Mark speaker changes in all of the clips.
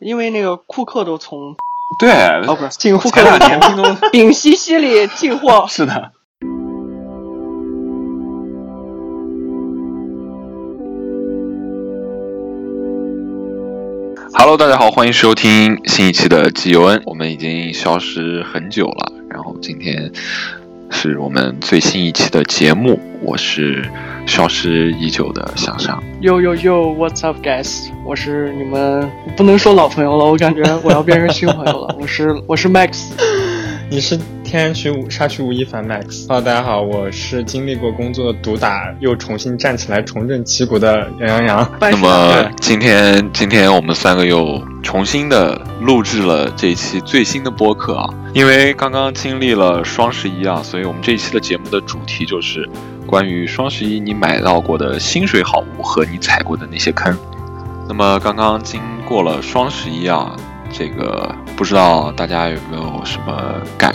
Speaker 1: 因为那个库克都从
Speaker 2: 对，
Speaker 1: 哦不是进库
Speaker 2: 前
Speaker 1: 克
Speaker 2: 两年京东，
Speaker 1: 丙烯烯里进货
Speaker 2: 是的，Hello，大家好，欢迎收听新一期的基友恩。我们已经消失很久了，然后今天是我们最新一期的节目，我是消失已久的想想。
Speaker 1: 哟哟哟，What's up guys？我是你们不能说老朋友了，我感觉我要变成新朋友 了。我是我是 Max，
Speaker 3: 你是天然区无沙区吴亦凡 Max。Hello，大家好，我是经历过工作的毒打又重新站起来重振旗鼓的杨洋洋。
Speaker 1: 那
Speaker 2: 那么今天，今天我们三个又重新的录制了这一期最新的播客啊，因为刚刚经历了双十一啊，所以我们这一期的节目的主题就是关于双十一你买到过的薪水好物和你踩过的那些坑。那么刚刚经过了双十一啊，这个不知道大家有没有什么感，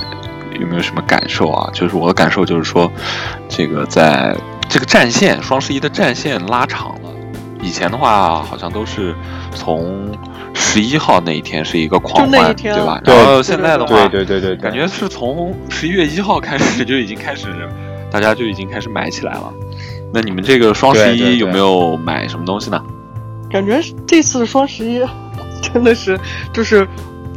Speaker 2: 有没有什么感受啊？就是我的感受就是说，这个在这个战线，双十一的战线拉长了。以前的话，好像都是从十一号那一天是一个狂
Speaker 1: 就那一
Speaker 2: 欢，
Speaker 1: 天
Speaker 2: 对吧？
Speaker 3: 对
Speaker 2: 然后现在的话，
Speaker 3: 对对对对，
Speaker 2: 感觉是从十一月一号开始就已经开始，大家就已经开始买起来了。那你们这个双十
Speaker 3: 对对对
Speaker 2: 一有没有买什么东西呢？
Speaker 1: 感觉这次双十一真的是，就是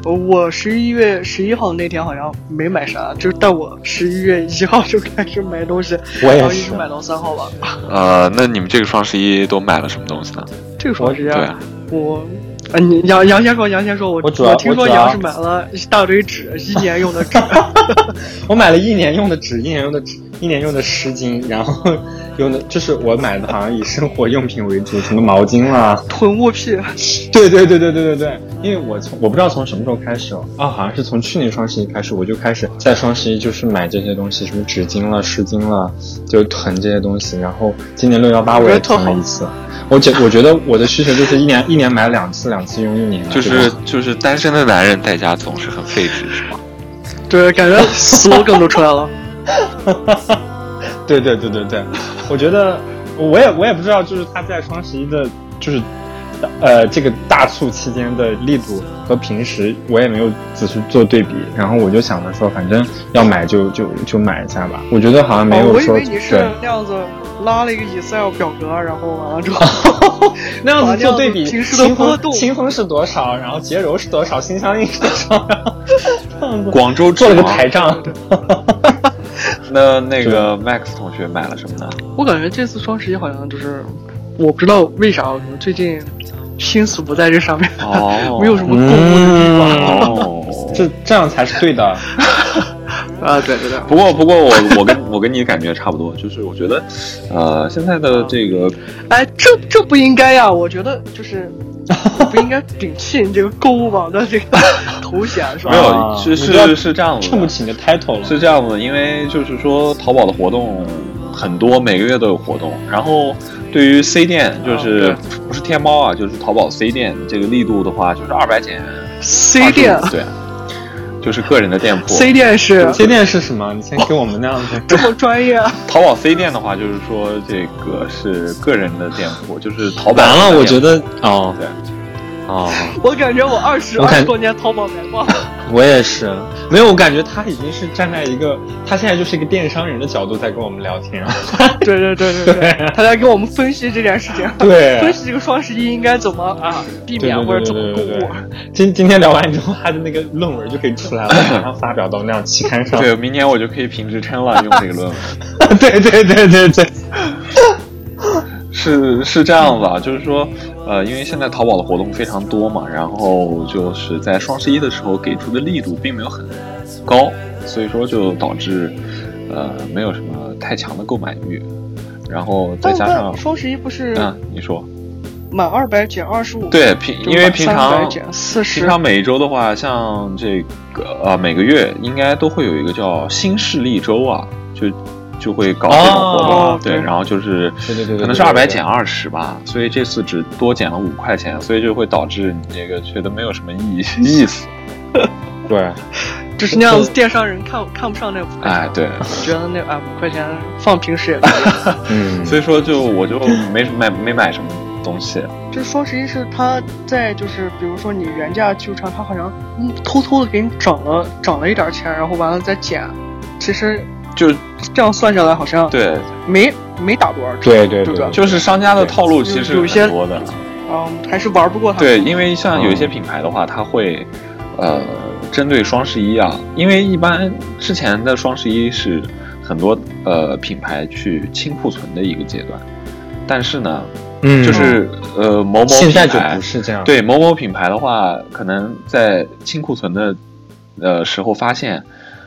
Speaker 1: 呃我十一月十一号那天好像没买啥，就是但我十一月一号就开始买东西，
Speaker 3: 我
Speaker 1: 然
Speaker 3: 也
Speaker 1: 后一
Speaker 3: 是
Speaker 1: 直。买到三号吧。
Speaker 2: 呃，那你们这个双十一都买了什么东西呢？
Speaker 1: 这个双十一
Speaker 2: 对
Speaker 1: 啊
Speaker 2: 啊，
Speaker 1: 我。啊，你杨杨先说，杨先说，我
Speaker 3: 我主要
Speaker 1: 听说
Speaker 3: 我主要
Speaker 1: 杨是买了一大堆纸，一年用的纸，
Speaker 3: 我买了一年用的纸，一年用的纸，一年用的湿巾，然后用的就是我买的，好像以生活用品为主，什么毛巾啊啦、
Speaker 1: 囤物 癖。
Speaker 3: 对对对对对对对，因为我从我不知道从什么时候开始哦，啊，好像是从去年双十一开始，我就开始在双十一就是买这些东西，什么纸巾了、湿巾了，就囤这些东西。然后今年六幺八
Speaker 1: 我觉
Speaker 3: 我
Speaker 1: 得
Speaker 3: 也
Speaker 1: 特
Speaker 3: 囤了
Speaker 1: 好
Speaker 3: 一次，我觉我觉得我的需求就是一年一年买两次，两次用一年啊，
Speaker 2: 就
Speaker 3: 对
Speaker 2: 是
Speaker 3: 吧
Speaker 2: 就是单身的男人在家总是很费纸，是吗？
Speaker 1: 对，感觉 slogan 都出来了。
Speaker 3: 对对对对对，我觉得我也我也不知道，就是他在双十一的，就是呃这个大促期间的力度和平时我也没有仔细做对比，然后我就想着说，反正要买就就就买一下吧。我觉得好像 没
Speaker 1: 哦，
Speaker 3: 有
Speaker 1: 我以
Speaker 3: 说、
Speaker 1: 为你是
Speaker 3: 对。
Speaker 1: 那样子拉了一个 Excel 表格，然后完了之 后
Speaker 3: 那样子做对比，
Speaker 1: 把那样子平时的
Speaker 3: 清风
Speaker 1: 波动
Speaker 3: 清风是多少，然后洁柔是多少，心相印是多少，然后这样子
Speaker 2: 广州
Speaker 3: 做了个
Speaker 2: 纸吗
Speaker 3: 排账。
Speaker 2: 那那个 Max 同学买了什么呢？
Speaker 1: 我感觉这次双十一好像就是，我不知道为啥，我可能最近心思不在这上面，
Speaker 2: 哦
Speaker 1: 没有
Speaker 3: 嗯
Speaker 1: 什么购物的地方、
Speaker 2: 哦，
Speaker 3: 这这样才是对的。
Speaker 1: 啊。对对对，
Speaker 2: 不过不过我我跟我跟你感觉差不多，就是我觉得，呃，现在的这个
Speaker 1: 哎，这这不应该呀、我觉得就是。我不应该摒弃你这个购物网的这个 头衔是吧？
Speaker 2: 没有
Speaker 3: 啊
Speaker 2: 是
Speaker 3: 你这
Speaker 2: 是是这样子的，
Speaker 3: 撑不起你的 title 了。
Speaker 2: 是这样子，因为就是说淘宝的活动很多，每个月都有活动。然后对于 C 店，就是、
Speaker 1: 啊
Speaker 2: 不是天猫啊，就是淘宝 C 店这个力度的话，就是二百减
Speaker 1: C 店
Speaker 2: 25对，就是个人的店铺。
Speaker 1: ，C 店是
Speaker 3: 接电是什么？你先给我们那样子。
Speaker 1: 这么专业啊，
Speaker 2: 淘宝 C 店的话，就是说这个是个人的店铺，就是淘宝
Speaker 3: 完了，我觉
Speaker 2: 得
Speaker 3: 得哦
Speaker 2: 对
Speaker 3: 哦，
Speaker 1: 我感觉我二十
Speaker 3: 我
Speaker 1: 二
Speaker 3: 感
Speaker 1: 十多年淘宝买过，
Speaker 3: 我也是，没有，我感觉他已经是站在一个，他现在就是一个电商人的角度在跟我们聊天啊。
Speaker 1: 对对对对对， 他在给我们分析这件事情，分
Speaker 3: 对，
Speaker 1: 析这个双十一应该怎么啊避免
Speaker 3: 对对对
Speaker 1: 或者怎么购
Speaker 3: 对对
Speaker 1: 物
Speaker 3: 对。今今天聊完之后，他的那个论文就可以出来了，马上发表到那样期刊 上。
Speaker 2: 对，明年我就可以评职称了，用这个论文。
Speaker 3: 对对对对对，
Speaker 2: 是是这样子啊，就是说，呃，因为现在淘宝的活动非常多嘛，然后就是在双十一的时候给出的力度并没有很高，所以说就导致，呃，没有什么太强的购买欲，然后再
Speaker 1: 但
Speaker 2: 加上
Speaker 1: 但，双十一不是
Speaker 2: 嗯，你说，
Speaker 1: 满二百减二十五？，
Speaker 2: 对平，因为平常
Speaker 1: 减四
Speaker 2: 平
Speaker 1: 十，
Speaker 2: 常每一周的话，像这个呃每个月应该都会有一个叫新势力周啊，就就会搞这种活动，啊
Speaker 1: 哦
Speaker 2: 对，
Speaker 1: 对
Speaker 2: 然后就是
Speaker 3: 对对对对
Speaker 2: 可能是二
Speaker 3: 对对
Speaker 2: 百
Speaker 3: 对
Speaker 2: 减二十吧，所以这次只多减了五块钱，所以就会导致你这个觉得没有什么 意意思，
Speaker 3: 对，
Speaker 1: 只是那样子电商人看看不上那五块钱。
Speaker 2: 哎，对，
Speaker 1: 觉得啊那哎五块钱放平时也可以。
Speaker 3: 嗯，
Speaker 2: 所以说就我就没没买没买什么东西。
Speaker 1: 这双十一是它在就是比如说你原价旧账，它好像嗯偷偷的给你涨了涨了一点钱，然后完了再减。其实
Speaker 2: 就
Speaker 1: 这样算下来，好像
Speaker 2: 对，
Speaker 1: 没没打多少折，
Speaker 3: 对对
Speaker 1: 对
Speaker 3: 对
Speaker 1: 吧？
Speaker 2: 就是商家的套路其实
Speaker 1: 有有些
Speaker 2: 很多的。
Speaker 1: 嗯，还是玩不
Speaker 3: 啊
Speaker 1: 过它。
Speaker 2: 对，因为像有一些
Speaker 3: 嗯
Speaker 2: 品牌的话，它会呃针对双十一啊，因为一般之前的双十一是很多呃品牌去清库存的一个阶段，但是呢，
Speaker 3: 嗯
Speaker 2: 就是呃某某
Speaker 3: 现
Speaker 2: 品
Speaker 3: 在就
Speaker 2: 牌
Speaker 3: 不是这样，，
Speaker 2: 对某某品牌的话，可能在清库存的呃时候发现。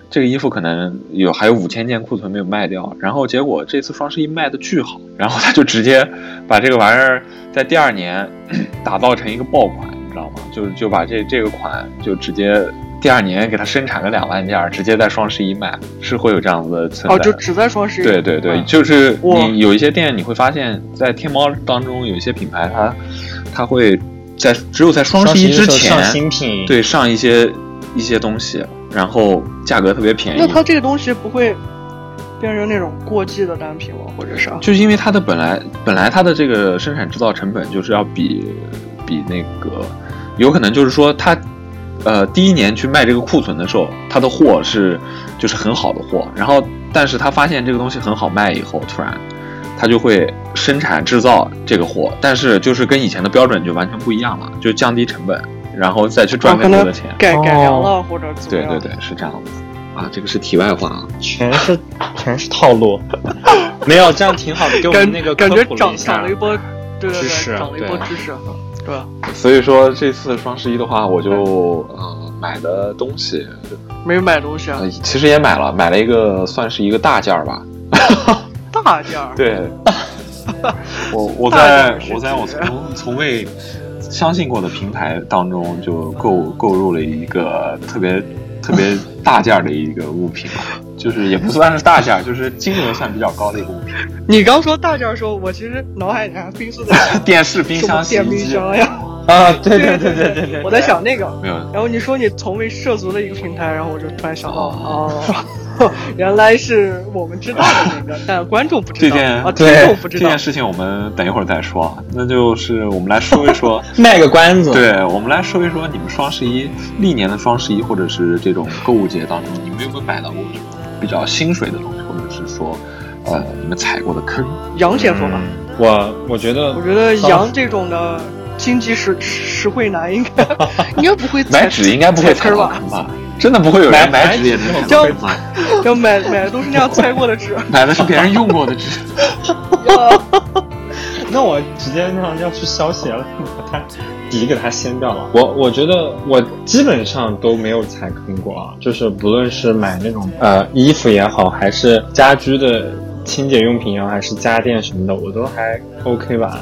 Speaker 2: 这个衣服可能有还有五千件库存没有卖掉，然后结果这次双十一卖的巨好，然后他就直接把这个玩意儿在第二年 打造成一个爆款，你知道吗？就就把这这个款就直接第二年给它生产个两万件儿，直接在双十一卖，是会有这样子的存在
Speaker 1: 哦，
Speaker 2: 的。
Speaker 1: 就只在双十一。
Speaker 2: 对对对，
Speaker 1: 嗯
Speaker 2: 就是
Speaker 1: 哇
Speaker 2: 你有一些店，你会发现在天猫当中有一些品牌它，它会在只有在双
Speaker 3: 双
Speaker 2: 十一
Speaker 3: 的时
Speaker 2: 之
Speaker 3: 候上
Speaker 2: 前，
Speaker 3: 新品，
Speaker 2: 对上一些一些东西，然后价格特别便宜。
Speaker 1: 那它这个东西不会变成那种过季的单品吗？或者啊啥？
Speaker 2: 就是因为它的本来本来它的这个生产制造成本就是要比比那个，有可能就是说它，呃，第一年去卖这个库存的时候，它的货是就是很好的货，然后但是他发现这个东西很好卖以后，突然他就会生产制造这个货，但是就是跟以前的标准就完全不一样了，就降低成本，然后再去赚
Speaker 1: 哦可
Speaker 2: 更多
Speaker 1: 能
Speaker 2: 的钱。
Speaker 1: 改改良了或者怎么
Speaker 2: 对
Speaker 1: 样？
Speaker 2: 对对，是这样子啊，这个是题外话啊。
Speaker 3: 全是全是套路，没有这样挺好的，给我
Speaker 1: 感
Speaker 3: 们那个
Speaker 1: 感
Speaker 3: 科
Speaker 1: 觉
Speaker 3: 普了
Speaker 1: 涨
Speaker 3: 一下
Speaker 1: 涨了一波，对对
Speaker 3: 知识啊
Speaker 1: 对，涨了一波
Speaker 2: 对
Speaker 1: 知识，
Speaker 3: 嗯
Speaker 1: 对吧？
Speaker 2: 所以说这次双十一的话，我就呃买的东西，
Speaker 1: 没买东西啊
Speaker 2: 呃，其实也买了，买了一个算是一个大件儿吧。
Speaker 1: 大件儿。
Speaker 2: 对， 我我
Speaker 1: 大件
Speaker 2: 在
Speaker 1: 儿是
Speaker 2: 我在我
Speaker 1: 指
Speaker 2: 从从未相信过的平台当中就购购入了一个特别特别大件儿的一个物品吧，就是也不算是大件儿，就是金额算比较高的一个物 品。
Speaker 1: 你刚说大件儿的时候，我其实脑海里还冰丝在
Speaker 2: 电视、冰
Speaker 1: 什么
Speaker 2: 箱、洗
Speaker 1: 电
Speaker 2: 衣
Speaker 1: 冰
Speaker 2: 机，
Speaker 1: 箱呀，
Speaker 3: 啊，对对对对对对，
Speaker 1: 我在想那个。
Speaker 2: 没有。
Speaker 1: 然后你说你从未涉足的一个平台，然后我就突然想到，
Speaker 2: 哦
Speaker 1: 哦， 原来是我们知道的那 个，但观众不知
Speaker 2: 这
Speaker 1: 道
Speaker 2: 件
Speaker 1: 啊，听
Speaker 3: 对
Speaker 1: 众不知
Speaker 2: 这
Speaker 1: 道
Speaker 2: 件。事情我们等一会儿再说，啊，那就是我们来说一说
Speaker 3: 卖个关子，，
Speaker 2: 对我们来说一说你们双十一历年的双十一，或者是这种购物节当中，你们有没有买到过什么比较心水的东西，或者是说，呃，你们踩过的坑？
Speaker 1: 杨姐说吧，
Speaker 3: 我我觉得
Speaker 2: 嗯
Speaker 1: 我觉得杨这种的经济实实惠男应 该应该不会
Speaker 2: 买
Speaker 1: 踩
Speaker 2: 纸应该不会踩
Speaker 1: 坑
Speaker 2: 到
Speaker 1: 吧？
Speaker 2: 坑吧？真的不会有 人
Speaker 3: 买
Speaker 2: 买纸也能踩
Speaker 1: 就
Speaker 2: 到坑吗？
Speaker 1: 要买买的都是 那样猜过的纸， 呃哎
Speaker 2: 买的是别人用过的纸。
Speaker 3: 那我直接让要去消协了，把它底给它掀掉了。我我觉得我基本上都没有踩坑过啊，就是不论是买那种呃衣服也好，还是家居的清洁用品也好，还是家电什么的，我都还 OK 吧。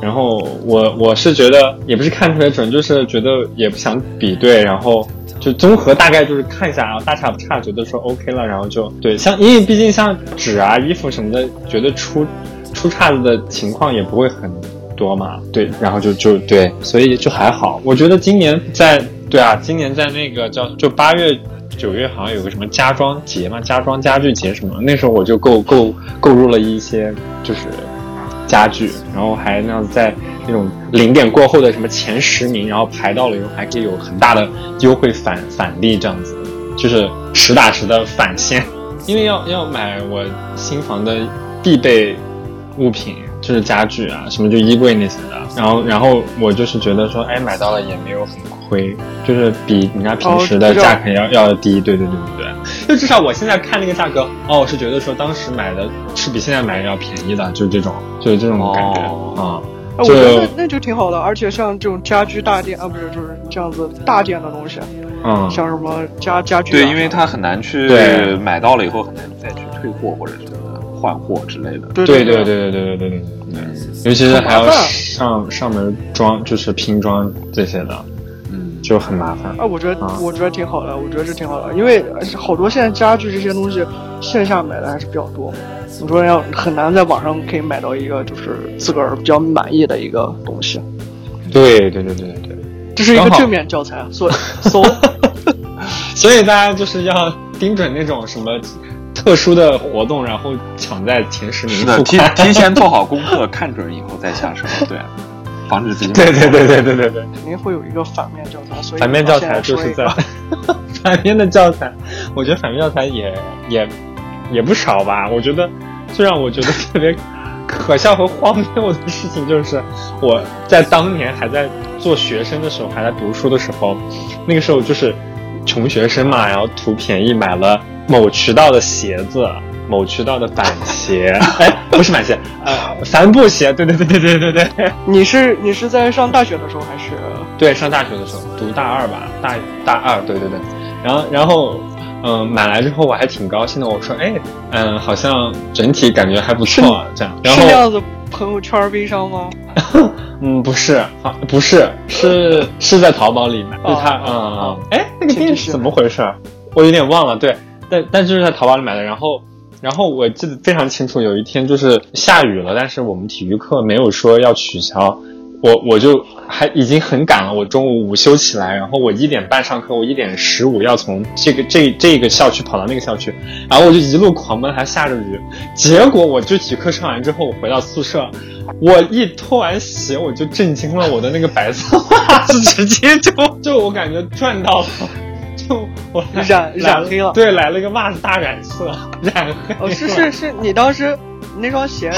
Speaker 3: 然后我我是觉得也不是看特别准，就是觉得也不想比对，然后就综合大概就是看一下啊，大差不差，觉得说 OK 了，然后就对，像因为毕竟像纸啊、衣服什么的，觉得出出岔子的情况也不会很多嘛，对，然后就就对，所以就还好。我觉得今年在对啊，今年在那个叫就八月。九月好像有个什么家装节嘛，家装家具节什么的，那时候我就购购购入了一些就是家具，然后还那样在那种零点过后的什么前十名，然后排到了以后还可以有很大的优惠返返利，这样子就是实打实的返现。 因为要要买我新房的必备物品，就是家具啊，什么就衣柜那些的。然后然后我就是觉得说，哎，买到了也没有很亏，就是比人家平时的
Speaker 1: 哦知道
Speaker 3: 价格要、要低。对对对对对。就至少我现在看那个价格，哦，我是觉得说当时买的是比现在买的要便宜的，就是这种，就是这种感觉啊、
Speaker 2: 哦
Speaker 1: 哎我觉得那那就挺好的。而且像这种家居大店啊，不是就是这样子大店的东西，
Speaker 3: 嗯，
Speaker 1: 像什么家家具啊，
Speaker 2: 对，因为它很难去
Speaker 3: 对
Speaker 2: 买到了以后很难再去退货或者是换货之类的。
Speaker 1: 对
Speaker 3: 对对
Speaker 1: 对
Speaker 3: 对对对对对对对，尤其是还要
Speaker 1: 很麻烦
Speaker 3: 上上门装，就是拼装这些的，
Speaker 2: 嗯，
Speaker 3: 就很麻烦。
Speaker 1: 啊，我觉得
Speaker 3: 啊
Speaker 1: 我觉得挺好的，我觉得这挺好的，因为呃好多现在家具这些东西线下买的还是比较多。你说要很难在网上可以买到一个就是自个儿比较满意的一个东西，
Speaker 3: 对对对对对对，
Speaker 1: 这是一个
Speaker 3: 刚好
Speaker 1: 正面教材， 所以搜
Speaker 3: 所以大家就是要盯准那种什么。特殊的活动，然后抢在前十名
Speaker 2: 是的，
Speaker 3: 付
Speaker 2: 提
Speaker 3: 款。
Speaker 2: 提前做好功课，看准以后再下手，对，防 止自己买
Speaker 3: 对对对对对对对，
Speaker 1: 肯定会有一个反面教材，所以
Speaker 3: 反面
Speaker 1: 我
Speaker 3: 教
Speaker 1: 现
Speaker 3: 材就
Speaker 1: 说
Speaker 3: 是
Speaker 1: 一
Speaker 3: 在
Speaker 1: 个
Speaker 3: 反面的教材，我觉得反面教材也也也不少吧。我觉得最让我觉得特别可笑和荒谬的事情就是，我在当年还在做学生的时候，还在读书的时候，那个时候就是穷学生嘛，然后图便宜买了某渠道的鞋子。某渠道的板鞋， 哎，不是板鞋，呃，帆布鞋，对对对对对对对，
Speaker 1: 你是你是在上大学的时候还是？
Speaker 3: 对，上大学的时候读大二吧，大大二，对对对。然后然后，嗯、买来之后我还挺高兴的，我说，哎，嗯、好像整体感觉还不错啊，这样。然
Speaker 1: 是那
Speaker 3: 后，
Speaker 1: 样子朋友圈微商吗？
Speaker 3: 嗯，不是，好、不是，是是在淘宝里买，
Speaker 1: 哦
Speaker 3: 就他，
Speaker 1: 哦
Speaker 3: 嗯
Speaker 1: 哦，
Speaker 3: 哎，那个
Speaker 1: 这
Speaker 3: 店
Speaker 1: 真
Speaker 3: 是
Speaker 1: 是
Speaker 3: 怎么回事儿？我有点忘了，对，但但就是在淘宝里买的，然后。然后我记得非常清楚，有一天就是下雨了，但是我们体育课没有说要取消，我我就还已经很赶了，我中午午休起来，然后我一点半上课，我一点十五要从这个这这个校区跑到那个校区，然后我就一路狂奔，还下着雨。结果我就体课上完之后，我回到宿舍，我一脱完鞋，我就震惊了，我的那个白色袜子 直接就就我感觉赚到了，就我来
Speaker 1: 染
Speaker 3: 来
Speaker 1: 染黑了
Speaker 3: 对，来了个袜子大染色，染黑了。
Speaker 1: 哦，是是是，你当时那双鞋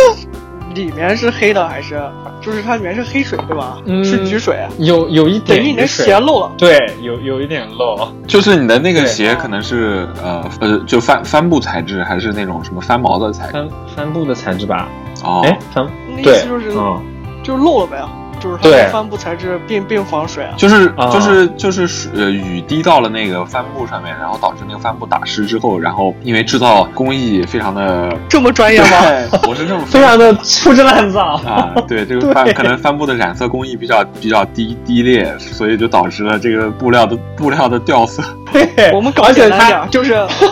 Speaker 1: 里面是黑的还是？就是它里面是黑水对吧？
Speaker 3: 嗯
Speaker 1: 是雨水，啊
Speaker 3: 有有一
Speaker 1: 等
Speaker 3: 点
Speaker 1: 于你的
Speaker 3: 雨水
Speaker 1: 鞋漏了。
Speaker 3: 对，有有一点漏。
Speaker 2: 就是你的那个
Speaker 3: 对
Speaker 2: 鞋可能是呃呃，就帆帆布材质，还是那种什么翻毛的材质？
Speaker 3: 帆帆布的材质吧？
Speaker 2: 哦，
Speaker 3: 哎，帆
Speaker 1: 那意
Speaker 3: 对
Speaker 1: 思，就是
Speaker 3: 嗯，
Speaker 1: 就是漏了呗，就是它
Speaker 3: 对
Speaker 1: 的帆布材质并并防水啊。
Speaker 2: 就是
Speaker 3: 啊
Speaker 2: 就是就是水呃雨滴到了那个帆布上面，然后导致那个帆布打湿之后，然后因为制造工艺非常的，
Speaker 1: 这么专业吗？
Speaker 2: 对我是这么
Speaker 3: 非常的粗制滥造。
Speaker 2: 啊，对这个
Speaker 3: 对
Speaker 2: 帆可能帆布的染色工艺比较比较低低劣，所以就导致了这个布料的布料的掉色。
Speaker 3: 对，
Speaker 1: 我们搞
Speaker 3: 而且
Speaker 1: 简单点
Speaker 3: 它
Speaker 1: 儿，就是
Speaker 3: 而且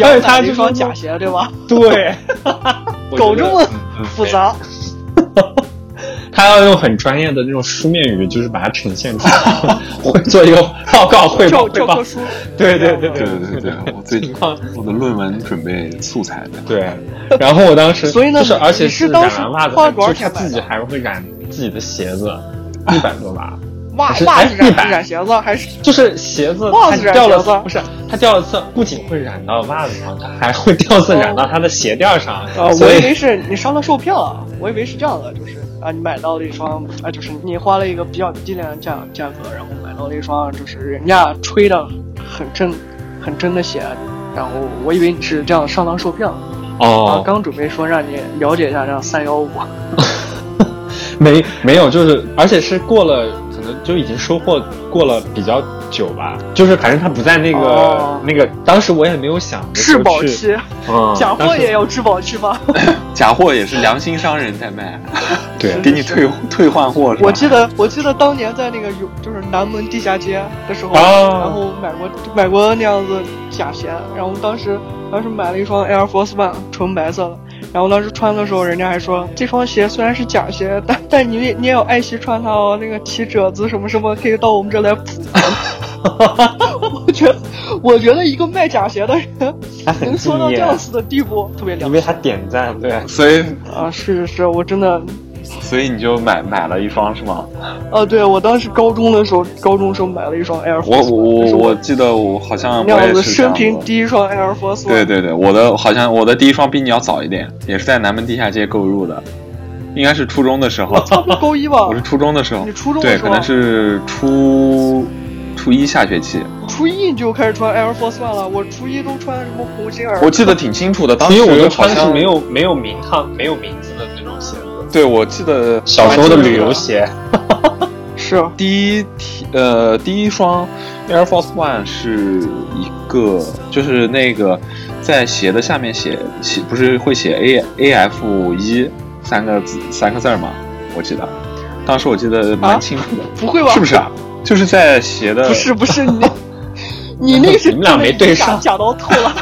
Speaker 1: 杨
Speaker 3: 它
Speaker 1: 奶
Speaker 3: 就
Speaker 1: 一
Speaker 3: 是
Speaker 1: 双假鞋对吧？
Speaker 3: 对， 我
Speaker 1: 搞这
Speaker 3: 觉得
Speaker 1: 么
Speaker 3: 嗯
Speaker 1: 复杂，
Speaker 3: 他要用很专业的这种书面语，就是把它呈现出来，会做一个报告汇报
Speaker 1: 教
Speaker 3: 汇
Speaker 1: 教
Speaker 3: 报
Speaker 1: 科。书。
Speaker 3: 对对对
Speaker 2: 对对
Speaker 3: 对
Speaker 2: 对，我最
Speaker 3: 情况
Speaker 2: 我的论文准备素材的。
Speaker 3: 对。然后我当时，
Speaker 1: 所以呢
Speaker 3: 就是而且
Speaker 1: 你是
Speaker 3: 染
Speaker 1: 当时
Speaker 3: 完袜子，
Speaker 1: 花多少
Speaker 3: 就是他
Speaker 1: 钱买
Speaker 3: 自己
Speaker 1: 的
Speaker 3: 还会染自己的鞋子，一百多吧。
Speaker 1: 袜
Speaker 3: 不是
Speaker 1: 袜
Speaker 3: 哎
Speaker 1: 子染
Speaker 3: 100
Speaker 1: 染鞋子还是
Speaker 3: 就是鞋子
Speaker 1: 袜
Speaker 3: 它
Speaker 1: 子染
Speaker 3: 掉了
Speaker 1: 鞋
Speaker 3: 色
Speaker 1: 子，
Speaker 3: 不是它掉了色，不仅会染到袜子上，它还会掉色染到它的鞋垫 上。
Speaker 1: 啊？我
Speaker 3: 所
Speaker 1: 以
Speaker 3: 以
Speaker 1: 为是你上了售票啊，我以为是这样的，就是啊，你买到了一双啊，就是你花了一个比较低廉的价价格，然后买到了一双就是人家吹的很真很真的鞋，然后我以为你是这样上当受骗了啊，
Speaker 3: 哦，
Speaker 1: 刚准备说让你了解一下这样三幺五，
Speaker 3: 没没有，就是而且是过了，可能就已经收获过了比较久吧。就是反正它不在那个、
Speaker 1: 哦
Speaker 3: 那个，当时我也没有想着
Speaker 1: 质
Speaker 3: 说
Speaker 1: 保
Speaker 3: 去，
Speaker 1: 期，
Speaker 3: 嗯，
Speaker 1: 假
Speaker 3: 当
Speaker 1: 货
Speaker 3: 时
Speaker 1: 也要质保期吧？
Speaker 2: 假货也是良心商人在卖，
Speaker 3: 对
Speaker 1: 是
Speaker 2: 给你退退换货是吧？
Speaker 1: 我记得我记得当年在那个有就是南门地下街的时候，
Speaker 3: 哦
Speaker 1: 然后买过买过那样子假鞋，然后当时当时买了一双 Air Force One 纯白色的，然后当时穿的时候，人家还说这双鞋虽然是假鞋，但但你也你也要爱惜穿它哦，那个起褶子什么什么可以到我们这来补。我觉得我觉得一个卖假鞋的人
Speaker 3: 他很
Speaker 1: 能
Speaker 3: 敬
Speaker 1: 说到这
Speaker 3: 业，
Speaker 1: 样子的地步，特别
Speaker 3: 因
Speaker 1: 良
Speaker 3: 为
Speaker 1: 心
Speaker 3: 他点赞，对，
Speaker 2: 所以
Speaker 1: 啊！是是是，我真的
Speaker 2: 所以你就买买了一双是吗？
Speaker 1: 哦，对我当时高中的时候，高中时候买了一双 Air
Speaker 2: 我
Speaker 1: Force，
Speaker 2: 我
Speaker 1: 这是
Speaker 2: 我我记得我好像
Speaker 1: 那
Speaker 2: 我也
Speaker 1: 样子
Speaker 2: 是这
Speaker 1: 生
Speaker 2: 样
Speaker 1: 平
Speaker 2: 的
Speaker 1: 第一双 Air Force，
Speaker 2: 对对对，我的好像我的第一双比你要早一点，也是在南门地下街购入的，应该是初中的 时候。
Speaker 1: 差不多高一吧
Speaker 2: 我，是初中的时候
Speaker 1: 你，初中的
Speaker 2: 对，
Speaker 1: 时候
Speaker 2: 可能是初初一下学期，
Speaker 1: 初一你就开始穿 Air Force One 了，我初一都穿什么鸿星尔，
Speaker 2: 我记得挺清楚的。当
Speaker 3: 因
Speaker 2: 时
Speaker 3: 为我就
Speaker 2: 好
Speaker 3: 穿的是
Speaker 2: 像
Speaker 3: 没，有没有名堂、没有名字的那种鞋子，
Speaker 2: 对我记得
Speaker 3: 小时候的旅
Speaker 2: 我
Speaker 3: 游
Speaker 2: 还记得
Speaker 3: 鞋。
Speaker 1: 是
Speaker 2: 第一题呃第一双 Air Force One 是一个就是那个在鞋的下面写写不是会写 A A F 一三个字三个字儿吗？我记得，当时我记得蛮清楚的，
Speaker 1: 不会啊吧？
Speaker 2: 是不是？啊？就是在鞋的
Speaker 1: 不是 不是你，你那个是
Speaker 3: 你们俩没对上
Speaker 1: 假假到透了。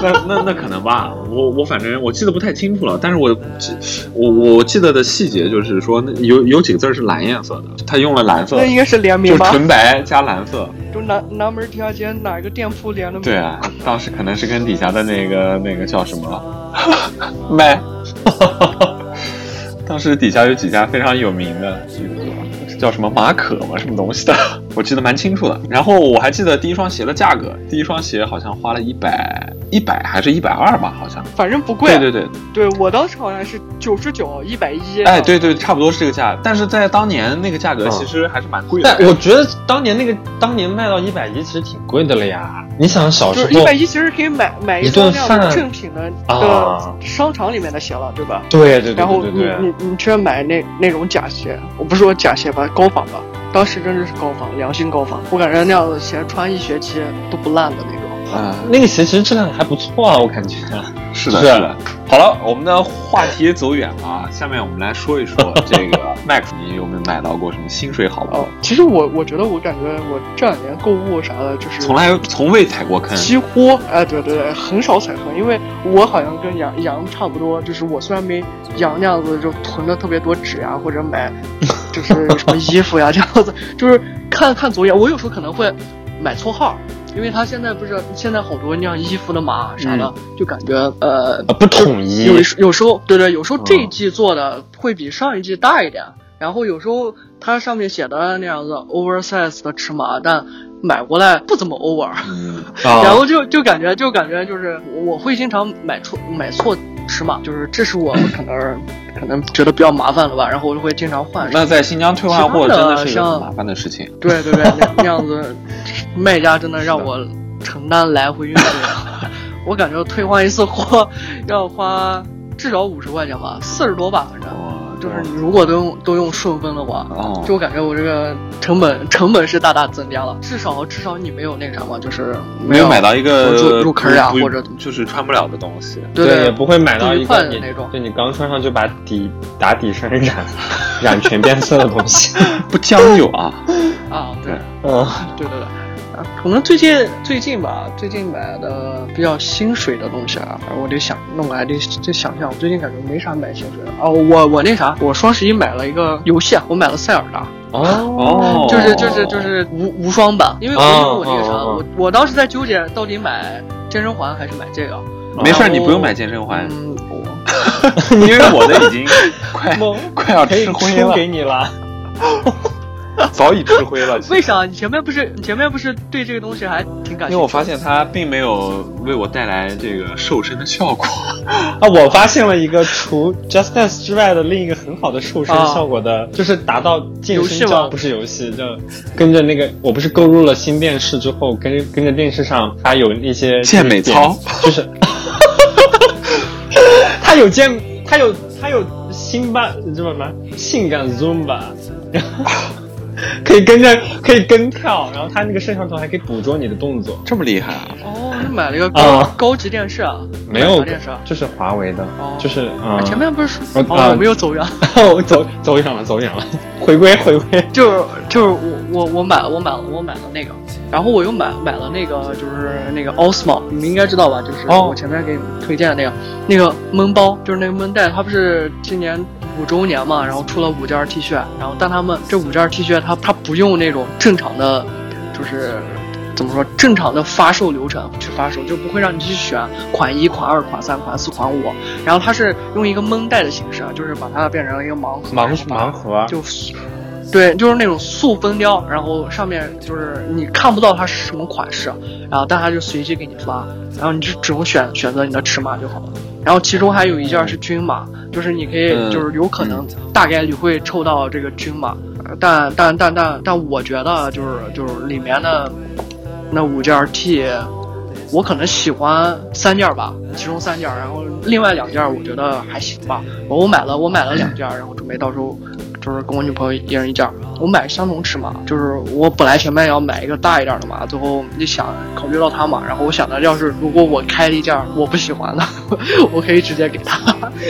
Speaker 2: 那那那可能吧，我我反正我记得不太清楚了，但是我记我我记得的细节就是说，那有有几个字儿是蓝颜色的，他用了蓝色
Speaker 1: 那，应该是联
Speaker 2: 就
Speaker 1: 名吧？
Speaker 2: 纯白加蓝色。
Speaker 1: 就南南门地下街哪个店铺联的名？
Speaker 2: 对啊，当时可能是跟底下的那个那个叫什么 卖， 当时底下有几家非常有名的，叫什么马可嘛，什么东西的， 我记得蛮清楚的。然后我还记得第一双鞋的价格，第一双鞋好像花了一百一百还是一百二吧，好像。
Speaker 1: 反正不贵。
Speaker 3: 啊
Speaker 2: 对对对，
Speaker 1: 对我当时好像是九十九、一百一。
Speaker 2: 哎，对对，差不多是这个价，但是在当年那个价格
Speaker 3: 嗯
Speaker 2: 其实还是蛮贵的
Speaker 3: 但。我觉得当年那个当年卖到一百一其实挺贵的了呀。你想小时
Speaker 1: 就
Speaker 3: 候
Speaker 1: 是一百一，其实可以买买
Speaker 3: 哦一
Speaker 1: 双
Speaker 3: 顿
Speaker 1: 那样的
Speaker 3: 饭
Speaker 1: 正品的
Speaker 3: 啊
Speaker 1: 的商场里面的鞋了，对吧？
Speaker 3: 对对对
Speaker 1: 然后
Speaker 3: 对对
Speaker 1: 你
Speaker 3: 对，
Speaker 1: 你你却买那那种假鞋，我不是说假鞋吧，高仿吧，当时真的是高仿，良心高仿，我感觉那样的鞋穿一学期都不烂的那种。
Speaker 2: 嗯，
Speaker 3: 那个鞋其实质量还不错啊，我感觉。
Speaker 2: 是的，是
Speaker 3: 是
Speaker 2: 的。好了，我们的话题走远了 啊，下面我们来说 一说这个 Max，你有没有买到过什么薪水好
Speaker 1: 哦
Speaker 2: 物？，
Speaker 1: 其实我我觉得我感觉我这两年购物啥的，就是
Speaker 2: 从来从未踩过坑，
Speaker 1: 几乎哎，对对对，很少踩坑，因为我好像跟杨杨差不多，就是我虽然没杨那样子就囤的特别多纸呀，或者买就是什么衣服呀这样子，就是看看走眼。我有时候可能会买错号，因为他现在不是现在好多那样衣服的码啊啥的，就感觉呃
Speaker 3: 啊，不统一
Speaker 1: 有时有时候对对，有时候这一
Speaker 3: 嗯
Speaker 1: 季做的会比上一季大一点，然后有时候它上面写的那样子 oversize 的尺码，但买过来不怎么 over。
Speaker 2: 嗯，
Speaker 1: 然
Speaker 3: 啊，
Speaker 1: 后就就感觉就感觉就是我我会经常买错买错尺码，就是这是我可能可能觉得比较麻烦了吧，然后我就会经常换。
Speaker 2: 那在新疆退换货
Speaker 1: 其
Speaker 2: 真
Speaker 1: 他的
Speaker 2: 的是一个很
Speaker 1: 像
Speaker 2: 麻烦的事情。
Speaker 1: 对对对，那那样子卖家真的让我承担来回运费， 我感觉退换一次货要花至少五十块钱吧，四十多吧，反正
Speaker 2: 哇
Speaker 1: 就是你如果都用都用顺丰的话。
Speaker 2: 哦，
Speaker 1: 就我感觉我这个成本成本是大大增加了，至少至少你没有那个啥嘛，就是
Speaker 2: 没有买到一个
Speaker 1: 入入坑啊
Speaker 2: 不不
Speaker 1: 或者
Speaker 2: 就是穿不了的东西。
Speaker 1: 对
Speaker 3: 也不会买到
Speaker 1: 不愉
Speaker 3: 一
Speaker 1: 快
Speaker 3: 个
Speaker 1: 的
Speaker 3: 你
Speaker 1: 那种
Speaker 3: 就你刚穿上就把底打底衫染染全变色的东 西。
Speaker 2: 不将就啊，
Speaker 1: 啊，对
Speaker 2: 对。
Speaker 3: 嗯，
Speaker 1: 对对对，啊，可能最近最近吧，最近买的比较心水的东西啊，我得想，那我还得再想想，我最近感觉没啥买心水的哦，我我那啥，我双十一买了一个游戏，啊，我买了塞尔达，
Speaker 2: 哦
Speaker 1: 就是就是就是无无双版，因为我因为我那个啥，
Speaker 3: 哦哦哦
Speaker 1: 我我当时在纠结到底买健身环还是买这个，
Speaker 3: 哦
Speaker 2: 没事儿，
Speaker 1: 然后
Speaker 2: 你不用买健身环，
Speaker 1: 嗯，我
Speaker 2: 因为我的 已经快
Speaker 1: 哦
Speaker 3: 我
Speaker 2: 快要
Speaker 3: 可以
Speaker 2: 吃灰
Speaker 3: 出给
Speaker 2: 了，
Speaker 3: 你了。
Speaker 2: 早已吃灰了。其实
Speaker 1: 为啥？你前面不是你前面不是对这个东西还挺感兴趣？
Speaker 2: 因为我发现它并没有为我带来这个瘦身的效果。
Speaker 3: 啊，我发现了一个除 Just Dance 之外的另一个很好的瘦身
Speaker 1: 啊
Speaker 3: 效果的，就是达到健
Speaker 1: 游戏
Speaker 3: 身
Speaker 1: 吗
Speaker 3: 叫不是游戏，叫跟着那个我不是购入了新电视之后，跟着跟着电视上它有一些
Speaker 2: 健美操，
Speaker 3: 就是它有健它有它有辛巴什么什么性感 Zumba，然后 可以跟着可以跟跳，然后它那个摄像头还可以捕捉你的动作，
Speaker 2: 这么厉害啊！
Speaker 1: 哦，是买了一个高、
Speaker 3: 啊
Speaker 1: 高级电视啊，
Speaker 3: 没
Speaker 1: 买
Speaker 3: 有
Speaker 1: 啥电视啊，
Speaker 3: 就是华为的
Speaker 1: 哦，
Speaker 3: 就是
Speaker 1: 啊
Speaker 3: 啊
Speaker 1: 前面不是说
Speaker 3: 我
Speaker 1: 哦，
Speaker 3: 啊
Speaker 1: 我没有走远，
Speaker 3: 我走走远了，走远了，回归回归。
Speaker 1: 就是就是我我我买了我买了我买了那个，然后我又买买了那个就是那个 Osmo，你们应该知道吧？就是
Speaker 3: 哦
Speaker 1: 我前面给你们推荐的那个那个闷包，就是那个闷袋，它不是今年五周年嘛，然后出了五件 T 恤，然后但他们这五件 T 恤它它不用那种正常的，就是。怎么说？正常的发售流程去发售，就不会让你去选款一、款二、款三、款四、款五。然后它是用一个蒙袋的形式，啊就是把它变成了一个盲盒，
Speaker 3: 盲
Speaker 1: 然后把
Speaker 3: 盲盒，啊
Speaker 1: 就是对，就是那种塑封雕，然后上面就是你看不到它是什么款式，然后但它就随机给你发，然后你就只能选选择你的尺码就好了。然后其中还有一件是均码，就是你可以
Speaker 2: 嗯
Speaker 1: 就是有可能大概率会抽到这个均码，呃但但但但但我觉得就是就是里面的那五件 T。我可能喜欢三件吧，其中三件，然后另外两件我觉得还行吧。我我买了，我买了两件，然后准备到时候就是跟我女朋友一人一件。我买相同尺码，就是我本来前面要买一个大一点的嘛，最后一想考虑到她嘛，然后我想着要是如果我开了一件我不喜欢的， 我可以直接给她，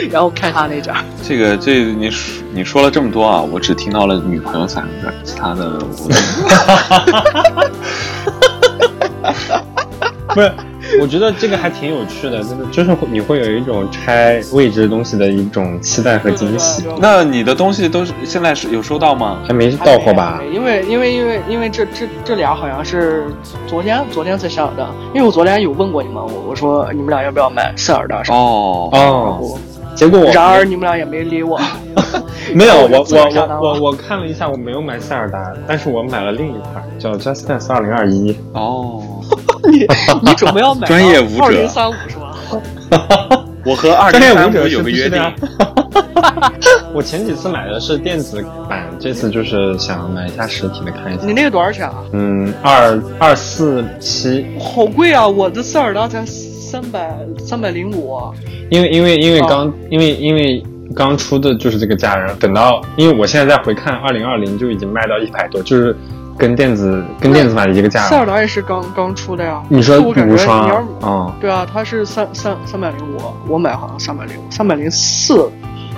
Speaker 1: 然后开她那件。
Speaker 2: 这个这你说你说了这么多啊，我只听到了女朋友三个字，其他的 我都
Speaker 3: 不是，我我觉得这个还挺有趣的，就是就是你会有一种拆未知东西的一种期待和惊
Speaker 1: 嗯
Speaker 3: 喜。
Speaker 2: 那你的东西都是现在是有收到吗？
Speaker 3: 还没到货吧？
Speaker 1: 因为因为因为因为这这这俩好像是昨天昨天才下的，因为我昨天有问过你们，我我说你们俩要不要买塞尔达啥？
Speaker 2: 哦
Speaker 3: 哦，结果我
Speaker 1: 然而你们俩也没理 我。
Speaker 3: 没有，我我我我我看了一下，我没有买塞尔达，但是我买了另一款叫 Just Dance 二零二一。
Speaker 2: 哦，
Speaker 1: 你你准备要买
Speaker 2: 专业舞者
Speaker 1: 二零三五是吧？
Speaker 2: 我和二零
Speaker 3: 专业
Speaker 2: 三
Speaker 3: 舞
Speaker 2: 五
Speaker 3: 者
Speaker 2: 有个约定，
Speaker 3: 我前几次买的是电子版，这次就是想买一下实体的看一下
Speaker 1: 你。那个多少钱啊？
Speaker 3: 嗯，二二四七，
Speaker 1: 好贵啊！我的塞尔达才三百三百零五，
Speaker 3: 因为因为因为
Speaker 1: 哦
Speaker 3: 刚、因为因为刚出的就是这个价，然后等到因为我现在再回看二零二零就已经卖到一百多，就是跟电子跟电子版一个价
Speaker 1: 塞尔达也是刚刚出的呀。
Speaker 3: 你说
Speaker 1: 但是我感
Speaker 3: 无
Speaker 1: 觉
Speaker 3: 双
Speaker 1: 你要是
Speaker 3: 啊？哦，
Speaker 1: 对啊，它是三三三百零五，我买好像三百零三百零四，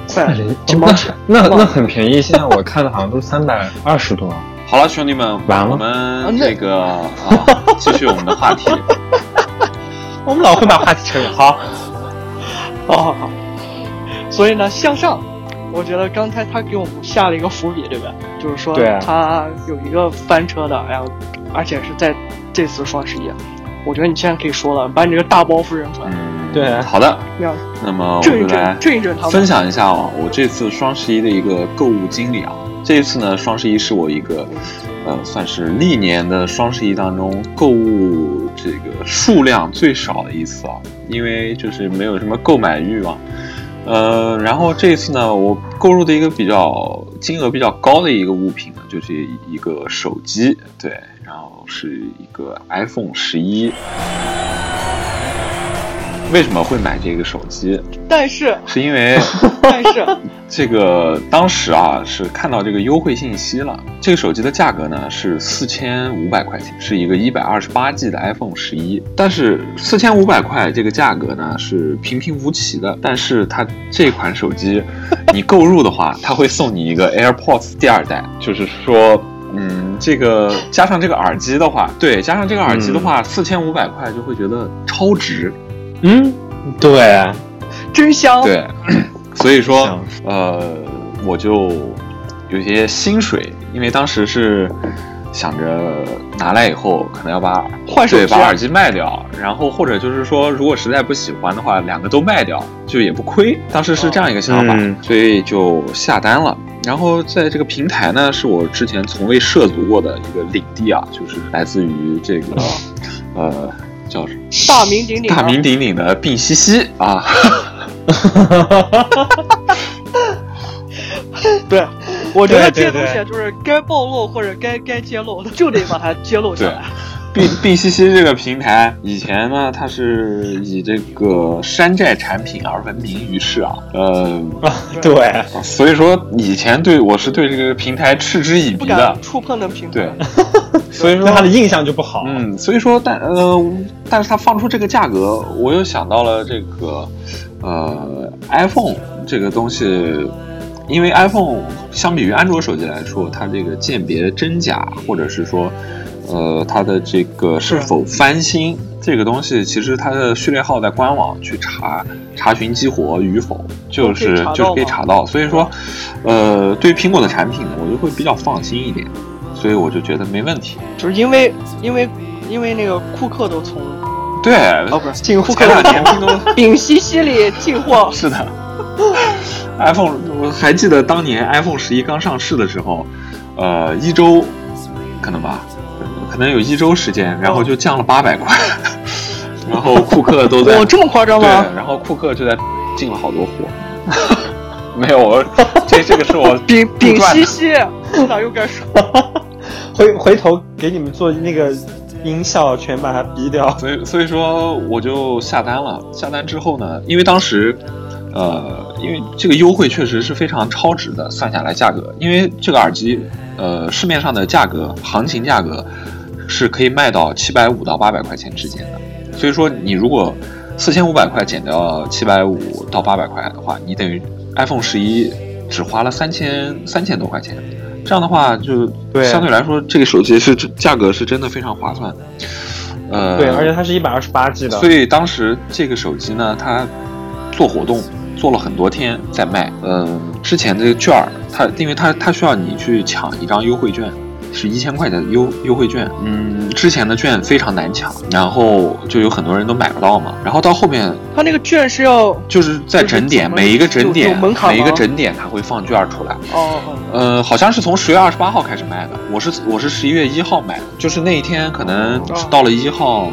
Speaker 1: 三百零几毛钱。
Speaker 3: 那那很便宜，现在我看的好像都是三百二十 多。
Speaker 2: 好了，兄弟们，
Speaker 3: 完了
Speaker 2: 我们这个啊，继续我们的话 题。
Speaker 3: 我们老会把话题扯远，好，
Speaker 1: 好好好。哦所以呢，向上，我觉得刚才他给我们下了一个伏笔，对吧？就是说
Speaker 3: 对啊
Speaker 1: 他有一个翻车的，然后而且是在这次双十一。我觉得你现在可以说了，把你这个大包袱扔出来，
Speaker 2: 嗯，
Speaker 3: 对啊
Speaker 2: 好的，
Speaker 1: 让
Speaker 2: 那么我
Speaker 1: 震一
Speaker 2: 们来
Speaker 1: 震震一震他们。
Speaker 2: 分享一下哦，我这次双十一的一个购物经历啊。这一次呢，双十一是我一个，呃，算是历年的双十一当中购物这个数量最少的一次啊，因为就是没有什么购买欲望。呃，然后这一次呢，我购入的一个比较金额比较高的一个物品呢，就是一个手机，对，然后是一个 iPhone 十一。为什么会买这个手机？
Speaker 1: 但是，
Speaker 2: 是因为
Speaker 1: 但是，
Speaker 2: 这个当时啊是看到这个优惠信息了，这个手机的价格呢是四千五百块钱，是一个一百二十八 G 的 iPhone 十一。但是四千五百块这个价格呢是平平无奇的，但是它这款手机你购入的话，它会送你一个 AirPods 第二代，就是说。嗯，这个加上这个耳机的话，对，加上这个耳机的话，四千五百块就会觉得超值。
Speaker 3: 嗯，对，
Speaker 1: 真香。
Speaker 2: 对， 所以说
Speaker 3: 像，
Speaker 2: 呃，我就有些心水，因为当时是想着拿来以后可能要把
Speaker 1: 换手
Speaker 2: 对
Speaker 1: 机啊
Speaker 2: 把耳机卖掉，然后或者就是说，如果实在不喜欢的话，两个都卖掉，就也不亏。当时是这样一个想法，
Speaker 3: 嗯
Speaker 2: 所以就下单了。然后在这个平台呢，是我之前从未涉足过的一个领地啊，就是来自于这个，呃，叫什么？
Speaker 1: 大名鼎鼎啊，
Speaker 2: 大 名鼎鼎的病西西啊，
Speaker 1: 对，我觉得
Speaker 3: 对
Speaker 1: 这
Speaker 3: 对
Speaker 1: 东
Speaker 3: 对
Speaker 1: 西就是该暴露或者该该揭露的，就得把它揭露下
Speaker 2: 对
Speaker 1: 来。
Speaker 2: B B 西西这个平台以前呢，它是以这个山寨产品而闻名于世啊，呃，
Speaker 3: 对，
Speaker 1: 啊
Speaker 2: 所以说以前对我是对这个平台嗤之以
Speaker 1: 不
Speaker 2: 鼻的
Speaker 1: 敢，触碰的平台。
Speaker 2: 对，所以
Speaker 3: 对他
Speaker 2: 说。
Speaker 3: 的印象就不好。
Speaker 2: 嗯，所以说，但呃，但是它放出这个价格，我又想到了这个，呃，iPhone 这个东西，因为 iPhone 相比于安卓手机来说，它这个鉴别真假，或者是说，呃，它的这个是
Speaker 1: 啊
Speaker 2: 否翻新这个东西，其实它的序列号在官网去查查询激活与否，就是
Speaker 1: 都可以查到吗
Speaker 2: 就是可以查到。所以说，呃，对于苹果的产品呢，我就会比较放心一点，所以我就觉得没问题。
Speaker 1: 就是因为因为因为那个库克都从
Speaker 2: 对，
Speaker 1: 哦不是进库克
Speaker 2: 前两年京东，
Speaker 1: 丙烯烯里进货
Speaker 2: 是的，iPhone 我还记得当年 iPhone 十一刚上市的时候，呃，一周可能吧，可能有一周时间，然后就降了八百块，然后库克都在
Speaker 1: 哦，这么夸张
Speaker 2: 对，
Speaker 1: 吗？
Speaker 2: 然后库克就在进了好多货。 没有，我这这个是我
Speaker 1: 丙
Speaker 2: 杜
Speaker 1: 丙
Speaker 2: 撰
Speaker 1: 烯
Speaker 2: 的，
Speaker 1: 烯，我咋又该说？
Speaker 3: 回回头给你们做那个音效，全把它逼掉。
Speaker 2: 所以所以说我就下单了。下单之后呢，因为当时，呃，因为这个优惠确实是非常超值的，算下来价格，因为这个耳机，呃，市面上的价格行情价格是可以卖到七百五到八百块钱之间的。所以说你如果四千五百块减掉七百五到八百块的话，你等于 iPhone 十一只花了三千三千多块钱。这样的话，就
Speaker 3: 对
Speaker 2: 相对来说，这个手机是价格是真的非常划算。呃，
Speaker 3: 对，而且它是一百二十八 G 的，
Speaker 2: 所以当时这个手机呢，它做活动做了很多天在卖。嗯，之前这个券儿，它因为它它需要你去抢一张优惠券，是一千块钱的优优惠券。嗯，之前的券非常难抢，然后就有很多人都买不到嘛。然后到后面
Speaker 1: 它那个券是要哦
Speaker 2: 就是在
Speaker 1: 就是
Speaker 2: 整
Speaker 1: 怎
Speaker 2: 点，
Speaker 1: 么
Speaker 2: 每一个整
Speaker 1: 有有
Speaker 2: 点
Speaker 1: 门槛吗
Speaker 2: 每一个整点它会放券儿出来。
Speaker 1: 哦
Speaker 2: 呃，好像是从十月二十八号开始卖的，我是我是十一月一号买的，就是那一天可能
Speaker 1: 哦
Speaker 2: 到了一号，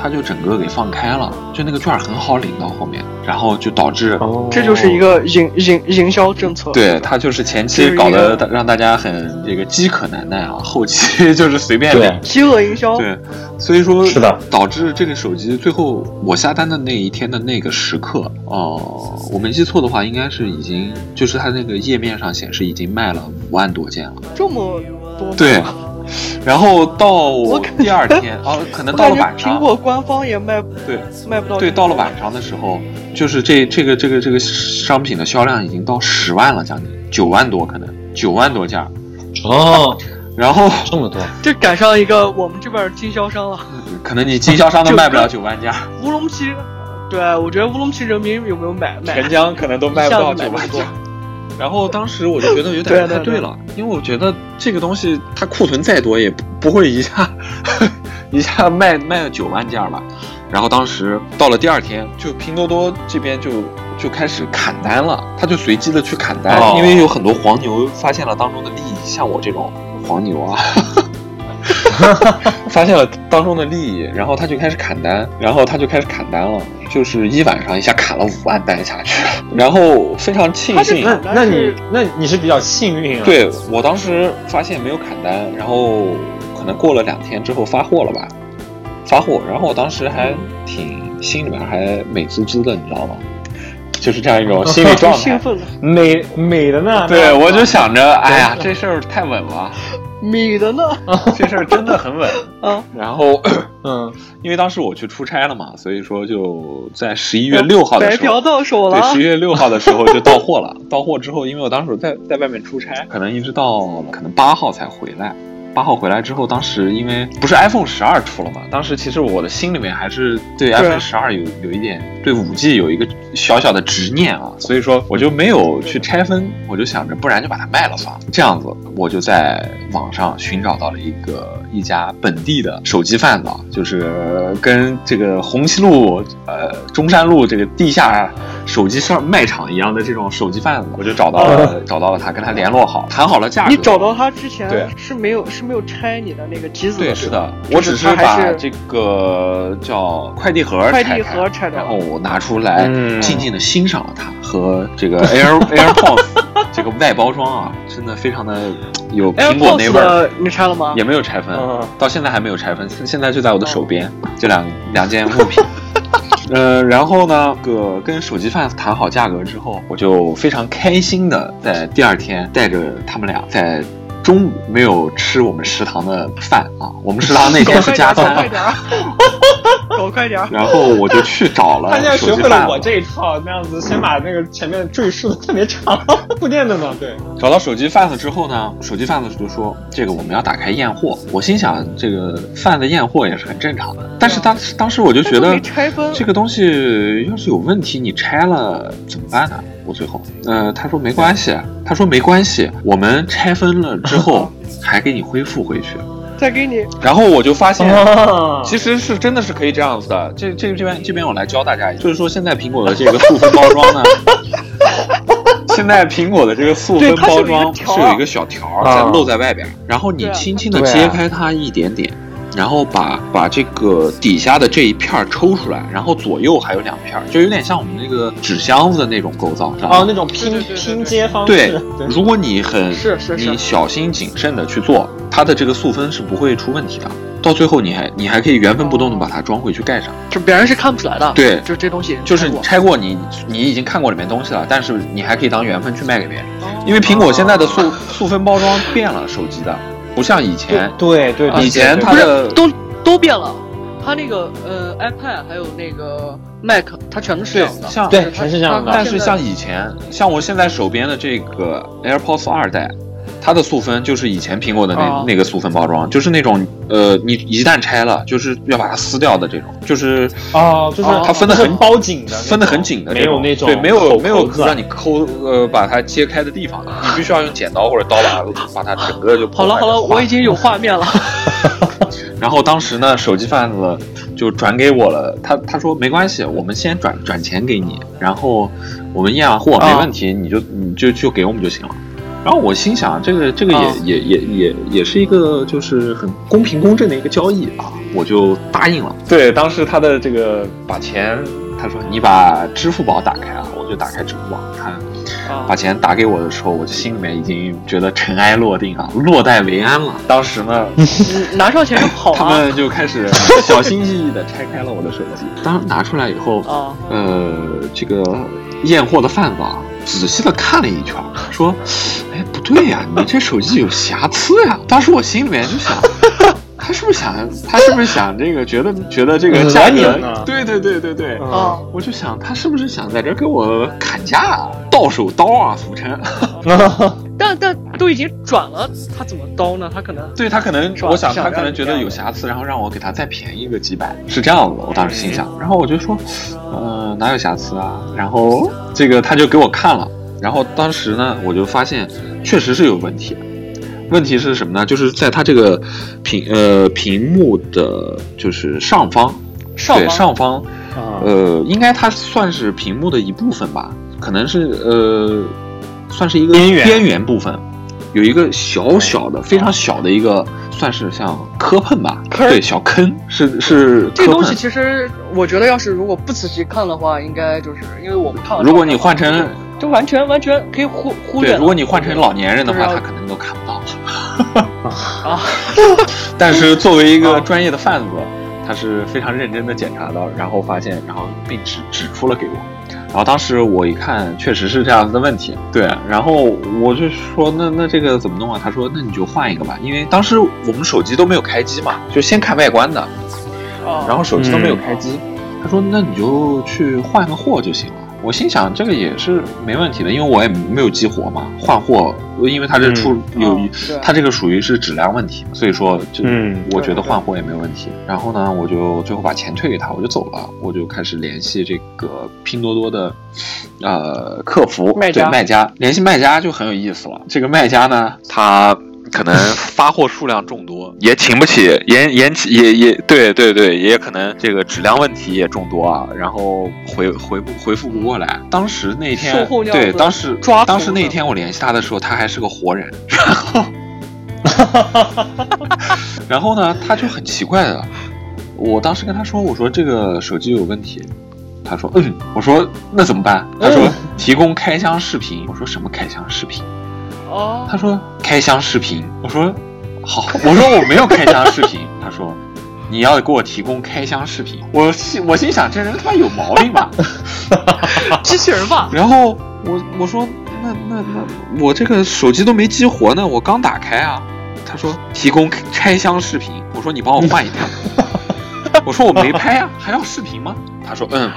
Speaker 2: 它就整个给放开了，就那个券儿很好领到后面，然后就导致，
Speaker 3: 哦
Speaker 1: 哦，这就是一个营营营销政策。
Speaker 2: 对它就是前
Speaker 1: 就
Speaker 2: 期
Speaker 1: 是一
Speaker 2: 搞得
Speaker 1: 个
Speaker 2: 大让大家很这个饥渴难耐啊，后期 就是随便领
Speaker 3: 对，
Speaker 1: 饥饿营销。
Speaker 2: 对，所以说
Speaker 3: 是的，
Speaker 2: 导致这个手机最后我下单的那一天的那个时刻，哦、我没记错的话，应该是已经就是它那个页面上显示已经卖了五万多件了。
Speaker 1: 这么多吗
Speaker 2: 对，然后到
Speaker 1: 我感
Speaker 2: 第二 天啊，可能
Speaker 1: 我
Speaker 2: 到
Speaker 1: 感
Speaker 2: 了
Speaker 1: 觉
Speaker 2: 晚
Speaker 1: 苹
Speaker 2: 上，
Speaker 1: 果官方也卖
Speaker 2: 对
Speaker 1: 卖不到。
Speaker 2: 对，到了晚上的时候，就是这这个这个这个商品的销量已经到十万了，将近九万多，可能九万多件儿。
Speaker 3: 哦，
Speaker 2: 然后
Speaker 3: 这么多，
Speaker 1: 这赶上一个我们这边儿经销商了，
Speaker 2: 可能你经 销商都卖不了九万件儿，
Speaker 1: 乌鲁木齐。对，我觉得乌鲁木齐人民有没有买买？
Speaker 2: 江可能都
Speaker 1: 卖不到9万件。
Speaker 2: 然后当时我就觉得有
Speaker 1: 对啊对
Speaker 2: 点不太
Speaker 1: 对
Speaker 2: 对了，因为我觉得这个东西它库存再多也不不会一下 一下卖卖了九万件儿吧。然后当时到了第二天，就拼多多这边就就开始砍单了，他就随机的去砍单，
Speaker 3: 哦
Speaker 2: 因为有很多黄牛发现了当中的利益，像我这种黄牛啊，发现了当中的利益，然后他就开始砍单，然后他就开始砍单了，就是一晚上一下砍了 五万单下去，然后非常庆
Speaker 1: 他这
Speaker 2: 幸
Speaker 1: 个。
Speaker 3: 那那你那你是比较幸运啊，，
Speaker 2: 对我当时发现没有砍单，然后可能过了两天之后发货了吧，发货，然后我当时还挺心里面还美滋滋的，你知道吗？就是这样一
Speaker 1: 哦
Speaker 2: 种心理状
Speaker 1: 太 兴。
Speaker 2: 态
Speaker 1: 奋了，
Speaker 3: 美美的呢，
Speaker 2: 对，
Speaker 3: 那
Speaker 2: 我就想着，哎呀，这事儿太稳了，
Speaker 1: 米的呢？
Speaker 2: 这事儿真的很稳。
Speaker 1: 啊，
Speaker 2: 然后，
Speaker 3: 嗯，
Speaker 2: 因为当时我去出差了嘛，所以说就在十一月六号的
Speaker 1: 白
Speaker 2: 时
Speaker 1: 嫖
Speaker 2: 候，
Speaker 1: 到手了
Speaker 2: 啊
Speaker 1: 啊
Speaker 2: 对，。十一月六号的时候就到货了。 到货之后，因为我当时在在外面出差，可能一直到可能八号才回来。八号回来之后，当时因为不是 iPhone 十二出了嘛，当时其实我的心里面还是对
Speaker 1: 啊
Speaker 2: iPhone 十二有有一点对五 G 有一个小小的执念啊，所以说我就没有去拆分，我就想着不然就把它卖了算了。这样子，我就在网上寻找到了一个一家本地的手机贩子，啊，就是跟这个红旗路呃中山路这个地下手机上卖场一样的这种手机贩子，我就找到了找到了他，跟他联络好，谈好了价格。
Speaker 1: 啊你找到他之前
Speaker 2: 对
Speaker 1: 是没有是没有拆你的那个机子
Speaker 2: 嗯对，
Speaker 1: 的，
Speaker 2: 是
Speaker 1: 吧
Speaker 2: 的，我只是
Speaker 1: 它还
Speaker 2: 把
Speaker 1: 是
Speaker 2: 这个叫快递盒
Speaker 1: 快
Speaker 2: 拆
Speaker 1: 递
Speaker 2: 开
Speaker 1: 盒拆掉
Speaker 2: 然后我拿出来，
Speaker 3: 嗯
Speaker 2: 静静的欣赏了它和 这个 Air AirPods 这个外包装啊，真的非常的有苹果那
Speaker 1: AirPods
Speaker 2: 味儿，
Speaker 1: 哎的你拆了吗
Speaker 2: 也？没有拆分，
Speaker 3: 嗯
Speaker 2: 到现在还没有拆分，现在就在我的手边，
Speaker 3: 哦
Speaker 2: 这两两件物 品。呃，然后呢，个跟手机贩子谈好价格之后，我就非常开心的在第二天带着他们俩在中午没有吃我们食堂的饭啊，我们食堂那天是加
Speaker 1: 搞快
Speaker 2: 餐，
Speaker 1: 点 儿，搞快点儿，
Speaker 2: 然后我就去找了
Speaker 3: 他现在
Speaker 2: 哦手
Speaker 3: 学
Speaker 2: 机
Speaker 3: 会了
Speaker 2: 贩
Speaker 3: 我
Speaker 2: 子，
Speaker 3: 这一套，那样子先把那个前面赘述的特别长，铺垫的嘛，对，
Speaker 2: 找到手机贩子之后呢，手机贩子就说这个我们要打开验货，我心想这个贩子验货也是很正常的，但是当时当时我就觉
Speaker 1: 那
Speaker 2: 得
Speaker 1: 没拆分，
Speaker 2: 这个东西要是有问题，你拆了怎么办呢？啊我最后，呃，他说没关系，他说没关系，我们拆分了之后还给你恢复回去。
Speaker 1: 再给你
Speaker 2: 然后我就发现，
Speaker 3: 哦
Speaker 2: 其实是真的是可以这样子的。这这这边这边我来教大家，就是说现在苹果的 这个塑封包装呢，现在苹果的这个塑
Speaker 1: 对
Speaker 2: 封
Speaker 1: 它是有
Speaker 2: 包
Speaker 1: 一个
Speaker 2: 装
Speaker 1: 条
Speaker 2: 是
Speaker 1: 儿
Speaker 2: 有一个小条儿在
Speaker 3: 啊
Speaker 2: 露在外边儿，然后你
Speaker 1: 对啊
Speaker 2: 轻轻的
Speaker 3: 对啊
Speaker 2: 揭开它一点点。然后把把这个底下的这一片儿抽出来，然后左右还有两片儿，就有点像我们那个纸箱子的那种构造，知道吗？
Speaker 3: 哦，那种拼
Speaker 1: 对对对对
Speaker 3: 拼接方式，
Speaker 2: 对，如果你很
Speaker 1: 是是是
Speaker 2: 你小心谨慎的去做，它的这个塑封是不会出问题的。到最后，你还你还可以原封不动的把它装回去盖上。
Speaker 1: 就别人是看不出来的，
Speaker 2: 对
Speaker 1: 就这东西
Speaker 2: 就是
Speaker 1: 拆
Speaker 2: 你
Speaker 1: 啊过
Speaker 2: 拆过你你已经看过里面东西了，但是你还可以当缘分去卖给别
Speaker 1: 啊
Speaker 2: 人，因为苹果现在的塑塑封包装变了，手机的不像以前。
Speaker 3: 对对对，
Speaker 2: 以前
Speaker 3: 对
Speaker 2: 它
Speaker 1: 啊不
Speaker 2: 的
Speaker 1: 是都都变了，它那个呃 iPad 还有那个 Mac，它全都是这样的，
Speaker 2: 像
Speaker 3: 对全是这样的
Speaker 2: 但是像以前，像我现在手边的这个 AirPods 二代，它的塑封就是以前苹果的那、
Speaker 1: 哦
Speaker 2: 那个塑封包装，就是那种呃，你一旦拆了，就是要把它撕掉的这种，就是
Speaker 3: 哦，就是
Speaker 2: 它分得
Speaker 3: 就是
Speaker 2: 很
Speaker 3: 包紧的那种，
Speaker 2: 分得很紧的
Speaker 3: 没
Speaker 2: 这种，
Speaker 3: 有那种
Speaker 2: 对，没有
Speaker 3: 口
Speaker 2: 没有
Speaker 3: 口子
Speaker 2: 让你抠呃把它揭开的地方，你必须要用剪刀或者刀把它把它整个就
Speaker 1: 好了好了，我已
Speaker 2: 经。
Speaker 1: 经有画面了。
Speaker 2: 然后当时呢，手机贩子就转给我了，他他说没关系，我们先转转钱给你，然后我们验完货
Speaker 1: 啊
Speaker 2: 没问题，你就你就就给我们就行了。然后我心想，这个这个也、
Speaker 1: 啊
Speaker 2: 也也也也是一个就是很公平公正的一个交易啊，我就答应了。对，当时他的这个把钱，他说你把支付宝打开啊，我就打开支付宝看。把
Speaker 1: 啊，
Speaker 2: 钱打给我的时候，我就心里面已经觉得尘埃落定啊，落袋为安了。当时呢，
Speaker 1: 嗯拿上钱就跑
Speaker 2: 他
Speaker 1: 啊
Speaker 2: 们就开始小心翼翼地拆开了我的手机。当拿出来以后，
Speaker 1: 啊！
Speaker 2: 呃，这个验货的贩子啊，仔细的看了一圈，说：“哎，不对呀、你这手机有瑕疵呀、当时我心里面就想。他是不是想？他是不是想这个？觉得觉得这个价
Speaker 3: 讹你
Speaker 2: 格
Speaker 3: 呢？
Speaker 2: 对对对对
Speaker 3: 嗯
Speaker 2: 对，
Speaker 1: 啊
Speaker 2: 我就想他是不是想在这儿给我砍价、啊，到手刀啊，俗称。
Speaker 3: 嗯，
Speaker 1: 但但都已经转了，他怎么刀呢？他可能
Speaker 2: 对他可能，
Speaker 1: 是吧
Speaker 2: 我想
Speaker 1: 想
Speaker 2: 他可
Speaker 1: 让
Speaker 2: 能
Speaker 1: 你
Speaker 2: 觉得
Speaker 1: 这
Speaker 2: 有
Speaker 1: 样
Speaker 2: 瑕疵，然后让我给他再便宜个几百，是这样子的。我当时心
Speaker 1: 嗯
Speaker 2: 想，然后我就说，呃，哪有瑕疵啊？然后这个他就给我看了，然后当时呢，我就发现确实是有问题。问题是什么呢？就是在它这个屏呃屏幕的，就是上方，
Speaker 1: 上
Speaker 2: 对
Speaker 1: 吗
Speaker 2: 上方，
Speaker 3: 啊
Speaker 2: 呃，应该它算是屏幕的一部分吧，可能是呃，算是一个
Speaker 3: 边缘
Speaker 2: 边缘部分，有一个小
Speaker 1: 哦
Speaker 2: 小的、非常小的一个，算是像磕碰吧，
Speaker 1: 坑儿
Speaker 2: 对，小坑是是
Speaker 1: 这
Speaker 2: 磕
Speaker 1: 个东西
Speaker 2: 碰
Speaker 1: 其实我觉得，要是如果不仔细看的话，应该就是因为我们看了。
Speaker 2: 如果你换成
Speaker 1: 就完全完全可以忽忽略
Speaker 2: 对，
Speaker 1: 了。
Speaker 2: 如果你换成老年人的话，
Speaker 1: 就是
Speaker 2: 他
Speaker 1: 要
Speaker 2: 可能都看不到。
Speaker 1: 啊，
Speaker 2: 但是作为一个
Speaker 1: 啊
Speaker 2: 专业的贩子，他是非常认真的检查到，然后发现，然后并指指出了给我。然后当时我一看，确实是这样子的问题，对。然后我就说，那那这个怎么弄啊？他说，那你就换一个吧，因为当时我们手机都没有开机嘛，就先看外观的，
Speaker 1: 啊
Speaker 2: 然后手机都没有开机。他说，那你就去换个货就行了。我心想，这个也是没问题的，因为我也没有激活嘛，换货，因为它这出、
Speaker 1: 嗯
Speaker 2: 有、
Speaker 1: 哦对
Speaker 2: 它这个属于是质量问题，所以说就
Speaker 3: 嗯
Speaker 2: 我觉得换货也没有问题。然后呢，我就最后把钱退给他，我就走了，我就开始联系这个拼多多的呃客服
Speaker 1: 卖家
Speaker 2: 对卖家，联系卖家就很有意思了。这个卖家呢，他。可能发货数量众多，也请不起，
Speaker 1: 嗯
Speaker 2: 延延期也也对对对，也可能这个质量问题也众多啊，然后回回不回复不过来。当时那天
Speaker 1: 售后量
Speaker 2: 对
Speaker 1: 子
Speaker 2: 当时
Speaker 1: 抓
Speaker 2: 当
Speaker 1: 头
Speaker 2: 时那
Speaker 1: 了
Speaker 2: 天我联系他的时候，他还是个活人，然后然后呢，他就很奇怪的，我当时跟他说，我说这个手机有问题，他说嗯，我说那怎么办？他说、
Speaker 3: 嗯
Speaker 2: 提供开箱视频，我说什么开箱视频？
Speaker 1: 哦
Speaker 2: 他说开箱视频，我说好，我说我没有开箱视频，他说。你要给我提供开箱视频，我心我心想这人他妈有毛病吧？
Speaker 1: 机器人 吧，
Speaker 2: 然后我我说那那那我这个手机都没激活呢，我刚打开啊。他说提供开箱视频，我说你帮我换一台。我说我没拍啊，还要视频吗？他说嗯。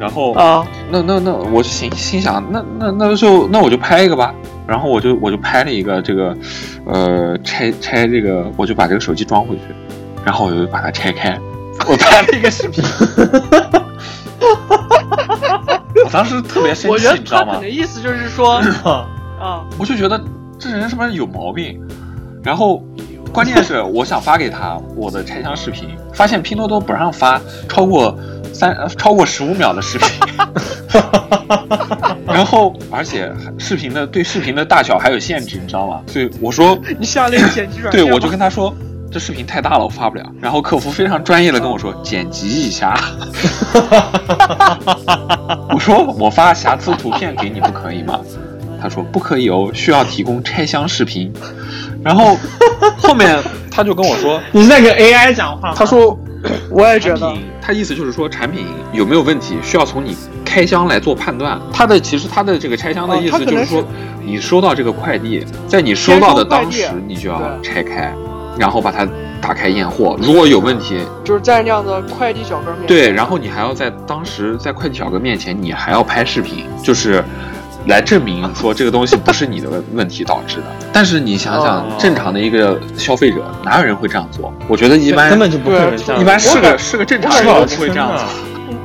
Speaker 2: 然后
Speaker 1: 啊
Speaker 2: 那那那我就心心想那那那就那我就拍一个吧。然后我就我就拍了一个这个，呃，拆拆这个，我就把这个手机装回去，然后我就把它拆开，我拍了一个视频。 我当时特别生
Speaker 1: 我
Speaker 2: 气，
Speaker 1: 觉得
Speaker 2: 你知
Speaker 1: 他
Speaker 2: 道
Speaker 1: 可
Speaker 2: 吗
Speaker 1: 能？意思就是说啊，
Speaker 2: 我就觉得这人是不是有毛病？然后关键是我想发给他我的拆箱视频，发现拼多多不让发超过三呃超过十五秒的视频，然后而且视频的对视频的大小还有限制，你知道吗？所以我说
Speaker 1: 你下了一个剪辑软
Speaker 2: 对
Speaker 1: 件
Speaker 2: 我就
Speaker 1: 吧
Speaker 2: 跟他说。这视频太大了，我发不了。然后客服非常专业的跟我说剪辑一下，我说我发瑕疵图片给你不可以吗？他说不可以哦，需要提供拆箱视频。然后后面他就跟我说，
Speaker 3: 你是在跟 AI 讲话吗？
Speaker 2: 他说
Speaker 1: 我也觉
Speaker 2: 产
Speaker 1: 得
Speaker 2: 品，他意思就是说产品有没有问题，需要从你开箱来做判断。他的其实他的这个拆箱的
Speaker 1: 哦
Speaker 2: 意
Speaker 1: 他
Speaker 2: 思
Speaker 1: 可
Speaker 2: 就是
Speaker 1: 能
Speaker 2: 说
Speaker 1: 是，
Speaker 2: 你收到这个快递，在你收到
Speaker 1: 先
Speaker 2: 的
Speaker 1: 收快
Speaker 2: 当
Speaker 1: 递
Speaker 2: 时，你就要
Speaker 1: 对
Speaker 2: 拆开，然后把它打开验货。如果有问题，
Speaker 1: 就是在那样的快递小哥面前
Speaker 2: 对，然后你还要在当时在快递小哥面前，你还要拍视频，就是来证明说这个东西不是你的问题导致的。
Speaker 1: 哦
Speaker 2: 但是你想想
Speaker 3: 哦，
Speaker 2: 正常的一个消费者，哪有人会这样做？我觉得一般
Speaker 3: 根本就不会
Speaker 1: 啊
Speaker 3: 有人这样
Speaker 2: 一般是
Speaker 1: 我感
Speaker 2: 个是个正常人都不会这样做。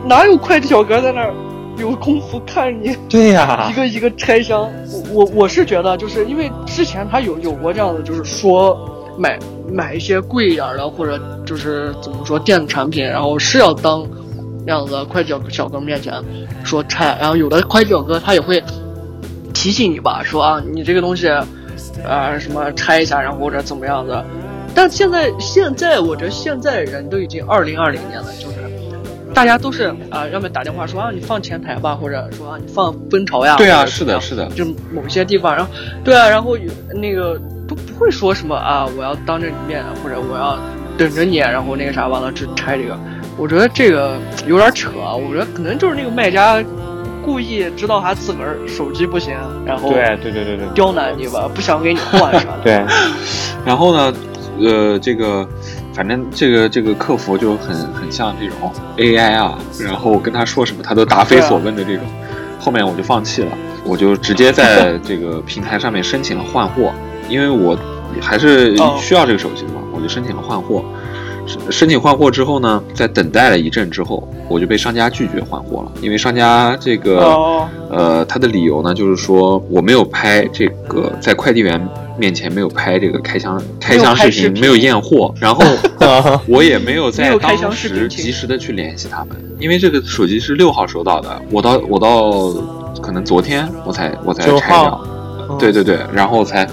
Speaker 1: 哪有快递小哥在那儿有功夫看你
Speaker 3: 对呀、
Speaker 2: 啊
Speaker 1: 一个一个拆箱？我我我是觉得，就是因为之前他有有过这样的，就是说买买一些贵一点儿的，或者就是怎么说电子产品，然后是要当那样的快递小小哥面前说拆，然后有的快递小哥他也会提醒你吧，说啊你这个东西，呃什么拆一下，然后或者怎么样的。但现在现在我觉得现在人都已经二零二零年了，就是大家都是啊、要么打电话说啊你放前台吧，或者说啊你放蜂巢呀，
Speaker 2: 对
Speaker 1: 或
Speaker 2: 啊，
Speaker 1: 者
Speaker 2: 是
Speaker 1: 怎么
Speaker 2: 的，
Speaker 1: 样
Speaker 2: 是的，
Speaker 1: 就某些地方，然后对啊，然后有那个都不会说什么啊，我要当着你面或者我要等着你，然后那个啥完了去拆这个，我觉得这个有点扯，啊我觉得可能就是那个卖家故意知道他自个儿手机不行，然后
Speaker 3: 对对对对对
Speaker 1: 刁难你吧，不想给你换啥 的。
Speaker 3: 对，
Speaker 2: 然后呢，呃，这个反正这个这个客服就很很像这种 AI 啊，然后我跟他说什么，他都答非所问的这种。后面我就放弃了，我就直接在这个平台上面申请了换货，因为我还是
Speaker 1: 哦
Speaker 2: 需要这个手机的嘛，我就申请了换货。申申请换货之后呢，在等待了一阵之后，我就被商家拒绝换货了，因为商家这个、
Speaker 1: 哦，
Speaker 2: 呃，他的理由呢，就是说我没有拍这个在快递员面前没有拍这个开箱开箱视
Speaker 1: 视
Speaker 2: 频，
Speaker 1: 频
Speaker 2: 没有验货，然后
Speaker 3: 啊
Speaker 2: 我也没有
Speaker 1: 没
Speaker 2: 在
Speaker 1: 有开
Speaker 2: 当
Speaker 1: 箱视频
Speaker 2: 时
Speaker 1: 请
Speaker 2: 及时的去联系他们，因为这个手机是六号收到的，我到我到可能昨天我才我才
Speaker 3: 9
Speaker 2: 拆
Speaker 3: 号
Speaker 2: 掉，对对对，然后才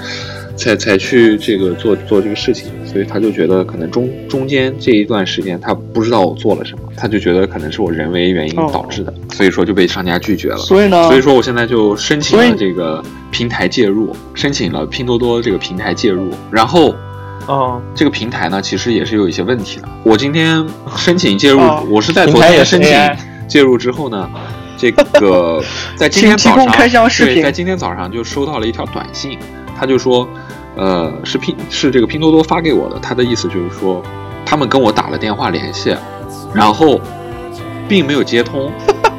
Speaker 2: 才才去这个做做这个事情，所以他就觉得可能中中间这一段时间他不知道我做了什么，他就觉得可能是我人为原因
Speaker 1: 哦
Speaker 2: 导致的，所以说就被商家拒绝了。
Speaker 1: 所以呢
Speaker 2: 所以，说我现在就申请
Speaker 1: 所
Speaker 2: 了
Speaker 1: 以
Speaker 2: 这个平台介入，申请了拼多多这个平台介入，然后。
Speaker 3: 嗯，
Speaker 2: 这个平台呢，其实也是有一些问题的。我今天申请介入，
Speaker 1: 哦
Speaker 2: 我是在昨
Speaker 3: 平台也
Speaker 2: 天
Speaker 3: 是
Speaker 2: 申请
Speaker 3: AI
Speaker 2: 介入之后呢，这 个在今天
Speaker 1: 请
Speaker 2: 早
Speaker 1: 提供
Speaker 2: 上，
Speaker 1: 开箱视
Speaker 2: 对，
Speaker 1: 频
Speaker 2: 在今天早上就收到了一条短信，他就说，呃，是拼是这个拼多多发给我的，他的意思就是说，他们跟我打了电话联系，然后并没有 接通，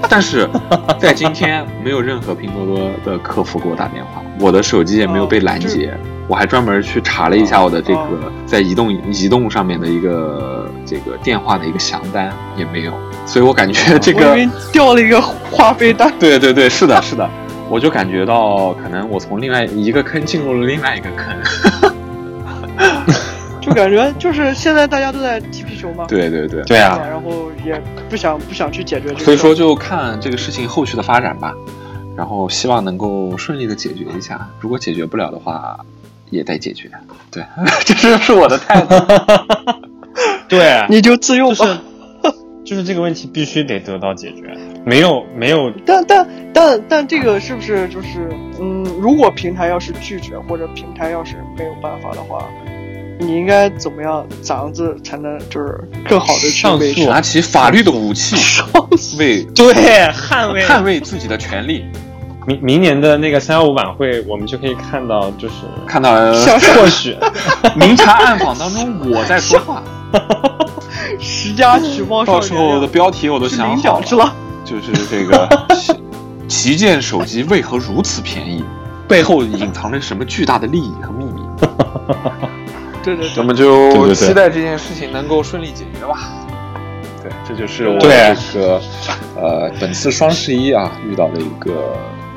Speaker 2: 但是在今天没有任何拼多多的客服给我打电话，我的手机也没有被 拦截。我还专门去查了一
Speaker 1: 哦
Speaker 2: 下我的这个在移动移动上面的一个这个电话的一个详单，也没有，所以我感觉这
Speaker 1: 哦我以
Speaker 2: 个
Speaker 1: 为掉了一个话费单。
Speaker 2: 对对对，是的，是的，我就感觉到可能我从另外一个坑进入了另外一个坑。
Speaker 1: 就感觉就是现在大家都在踢皮球嘛，
Speaker 2: 对对对，
Speaker 3: 对啊，
Speaker 1: 然后也不想不想去解决这个，
Speaker 2: 所以说就看这个事情后续的发展吧，然后希望能够顺利的解决一下，如果解决不了的话，也得解决。对， 这就是我的态 度。
Speaker 3: 对，
Speaker 1: 你就自用吧。
Speaker 3: 就是这个问题必须得得到解决，没有没有，
Speaker 1: 但但但但这个是不是就是嗯，如果平台要是拒绝或者平台要是没有办法的话，你应该怎么样咋样子才能就是更好的去
Speaker 3: 上
Speaker 1: 维
Speaker 3: 诉
Speaker 1: 持？
Speaker 2: 拿起法律的武 器，为
Speaker 3: 对，捍卫
Speaker 2: 捍卫自己的权利。
Speaker 3: 明明年的那个三幺五晚会，我们就可以看到， 就是
Speaker 2: 看到了
Speaker 1: 想
Speaker 3: 或许
Speaker 2: 明察暗访当中我在说 话，
Speaker 1: 十佳举报
Speaker 2: 到
Speaker 1: 少
Speaker 2: 时
Speaker 1: 年
Speaker 2: 候的
Speaker 1: 呀
Speaker 2: 标题我都
Speaker 1: 去
Speaker 2: 想
Speaker 1: 领
Speaker 2: 好
Speaker 1: 奖去了，
Speaker 2: 就是这个旗旗舰手机为何如此便宜，背后隐藏着什么巨大的利益和秘密？
Speaker 1: 对对
Speaker 2: 我
Speaker 1: 对，
Speaker 2: 们
Speaker 3: 对对
Speaker 2: 就
Speaker 3: 对
Speaker 2: 期待这件事情能够顺利解决吧。对，这就是我
Speaker 3: 对
Speaker 2: 这个呃本次双十一啊遇到的一个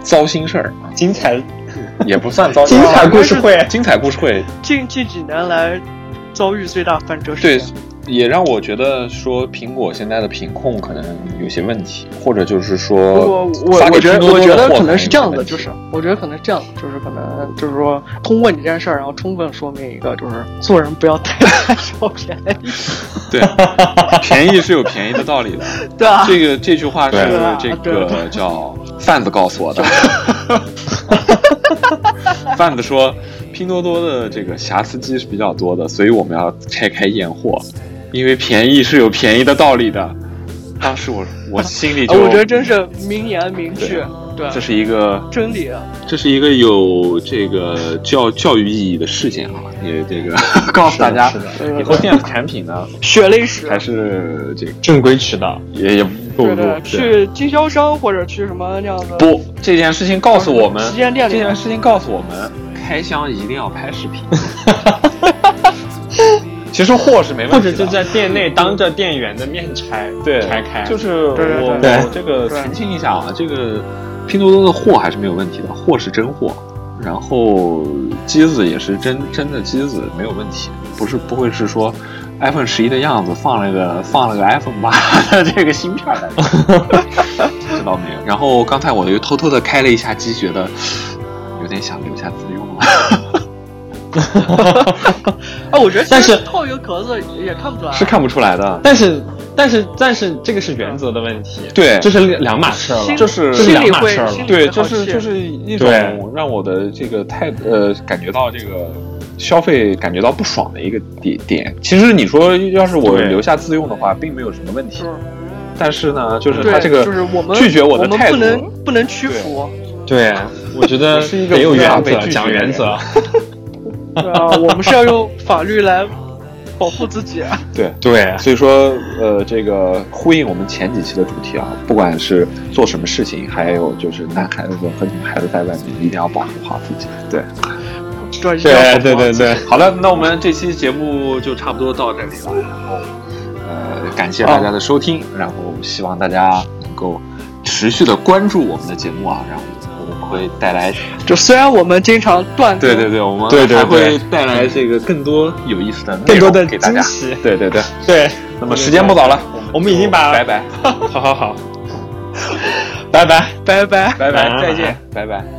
Speaker 2: 糟心事儿，
Speaker 3: 精彩
Speaker 2: 也不算糟心
Speaker 3: 精
Speaker 2: 事儿，
Speaker 3: 彩故事会，
Speaker 2: 精彩故事会
Speaker 1: 近近几年来遭遇最大翻车事
Speaker 2: 对
Speaker 1: 件，，
Speaker 2: 也让我觉得说苹果现在的品控可能有些问题，或者就是说
Speaker 1: 我我
Speaker 2: 呃发给
Speaker 1: 我觉
Speaker 2: 拼
Speaker 1: 得我
Speaker 2: 多多的
Speaker 1: 觉得
Speaker 2: 货
Speaker 1: 可能
Speaker 2: 有
Speaker 1: 是
Speaker 2: 些
Speaker 1: 这样的，
Speaker 2: 问
Speaker 1: 就
Speaker 2: 题
Speaker 1: 是我觉得可能是这样的，就是可能就是说通过你这件事儿，然后充分说明一个就是做人不要 太小便宜，
Speaker 2: 对，便宜是有便宜的道理 的。
Speaker 1: 对啊，
Speaker 2: 这个这句话是
Speaker 3: 对
Speaker 1: 啊
Speaker 2: 这
Speaker 1: 对
Speaker 2: 个叫贩子告 诉我的。贩子说，拼多多的这个瑕疵机是比较多的，所以我们要拆开验货，因为便宜是有便宜的道理的。当时我我心里就，
Speaker 1: 啊我觉得真是名言名句，对，
Speaker 2: 这是一个
Speaker 1: 真理。啊
Speaker 2: 这是一个有这个教教育意义的事件啊，也这个 告诉大家
Speaker 3: 是的，
Speaker 1: 对对
Speaker 2: 以后
Speaker 1: 对
Speaker 2: 电子产品呢
Speaker 1: 血泪史
Speaker 2: 还是这个
Speaker 3: 正规渠道，
Speaker 2: 也也
Speaker 3: 购入
Speaker 1: 对对，去经销商或者去什么那样的。
Speaker 2: 不，这件事情告诉我们，
Speaker 1: 实验店
Speaker 2: 这
Speaker 1: 里面
Speaker 2: 件事情告诉我们，开箱一定要拍视频。 其实货是没问
Speaker 3: 或
Speaker 2: 题
Speaker 3: 者
Speaker 2: 的，
Speaker 3: 就在店内当着店员的面拆，
Speaker 2: 对
Speaker 3: 拆开，
Speaker 2: 就是我
Speaker 1: 对对对
Speaker 3: 对
Speaker 2: 我这个
Speaker 1: 对
Speaker 2: 澄清一下啊，这个拼多多的货还是没有问题的，货是真货，然后机子也是真真的机子没有问题，不是不会是说 iPhone 十一的样子放了个放了个 iPhone 八的这个芯片儿来着，这倒没有。然后刚才我又偷偷的开了一下机，觉得有点想留下自用了。
Speaker 1: 哎，我觉得其
Speaker 3: 但
Speaker 1: 实
Speaker 3: 是
Speaker 1: 套一个壳子也看不出来。啊
Speaker 2: 是看不出来的。
Speaker 3: 但是但是但是这个是原则的问题，
Speaker 2: 对
Speaker 3: 这是两码事儿了，
Speaker 1: 心
Speaker 2: 这是
Speaker 3: 这是
Speaker 1: 心
Speaker 3: 两
Speaker 1: 里
Speaker 3: 码
Speaker 1: 会
Speaker 3: 事儿了
Speaker 1: 心里
Speaker 2: 对，
Speaker 1: 会
Speaker 2: 就
Speaker 1: 哦好
Speaker 2: 是
Speaker 1: 气
Speaker 2: 就是一种
Speaker 3: 对
Speaker 2: 让我的这个态呃感觉到这个消费感觉到不爽的一个点点。其实你说要是我
Speaker 3: 对
Speaker 2: 留下自用的话，并没有什么问题
Speaker 1: 是。
Speaker 2: 但是呢，就是
Speaker 1: 对，
Speaker 2: 他这个
Speaker 1: 就是我们
Speaker 2: 拒绝我
Speaker 1: 我
Speaker 2: 的
Speaker 1: 们
Speaker 2: 态
Speaker 1: 不
Speaker 2: 度，
Speaker 1: 能不能屈服。
Speaker 3: 对，我觉得
Speaker 2: 我是一个
Speaker 3: 得有
Speaker 2: 不要
Speaker 3: 原
Speaker 2: 被
Speaker 3: 则，
Speaker 2: 拒绝
Speaker 3: 讲
Speaker 2: 的
Speaker 3: 原
Speaker 2: 人
Speaker 3: 则，
Speaker 1: 对啊，我们是要用法律来保护自己。啊
Speaker 2: 对。
Speaker 3: 对，
Speaker 2: 所以说，呃，这个呼应我们前几期的主题啊，不管是做什么事情，还有就是男孩子和女孩子在外面一定要保护好自己。对，
Speaker 1: 对
Speaker 3: 对对对对，
Speaker 2: 好的，那我们这期节目就差不多到这里了。然后，呃，感谢大家的收听，然后希望大家能够持续的关注我们的节目啊，然后我们会带来，
Speaker 1: 就虽然我们经常断更
Speaker 2: 对对对，我们
Speaker 3: 对对对
Speaker 2: 还会带来这个更多有意思的内容
Speaker 3: 更多的
Speaker 2: 给大家
Speaker 3: 惊。喜，
Speaker 2: 对对对，
Speaker 3: 对，
Speaker 2: 那么时间不早了，
Speaker 3: 我们已经把
Speaker 2: 拜拜
Speaker 3: 好好好，拜拜。
Speaker 1: 拜拜。
Speaker 2: 拜拜
Speaker 3: 拜拜
Speaker 2: 再见，拜拜。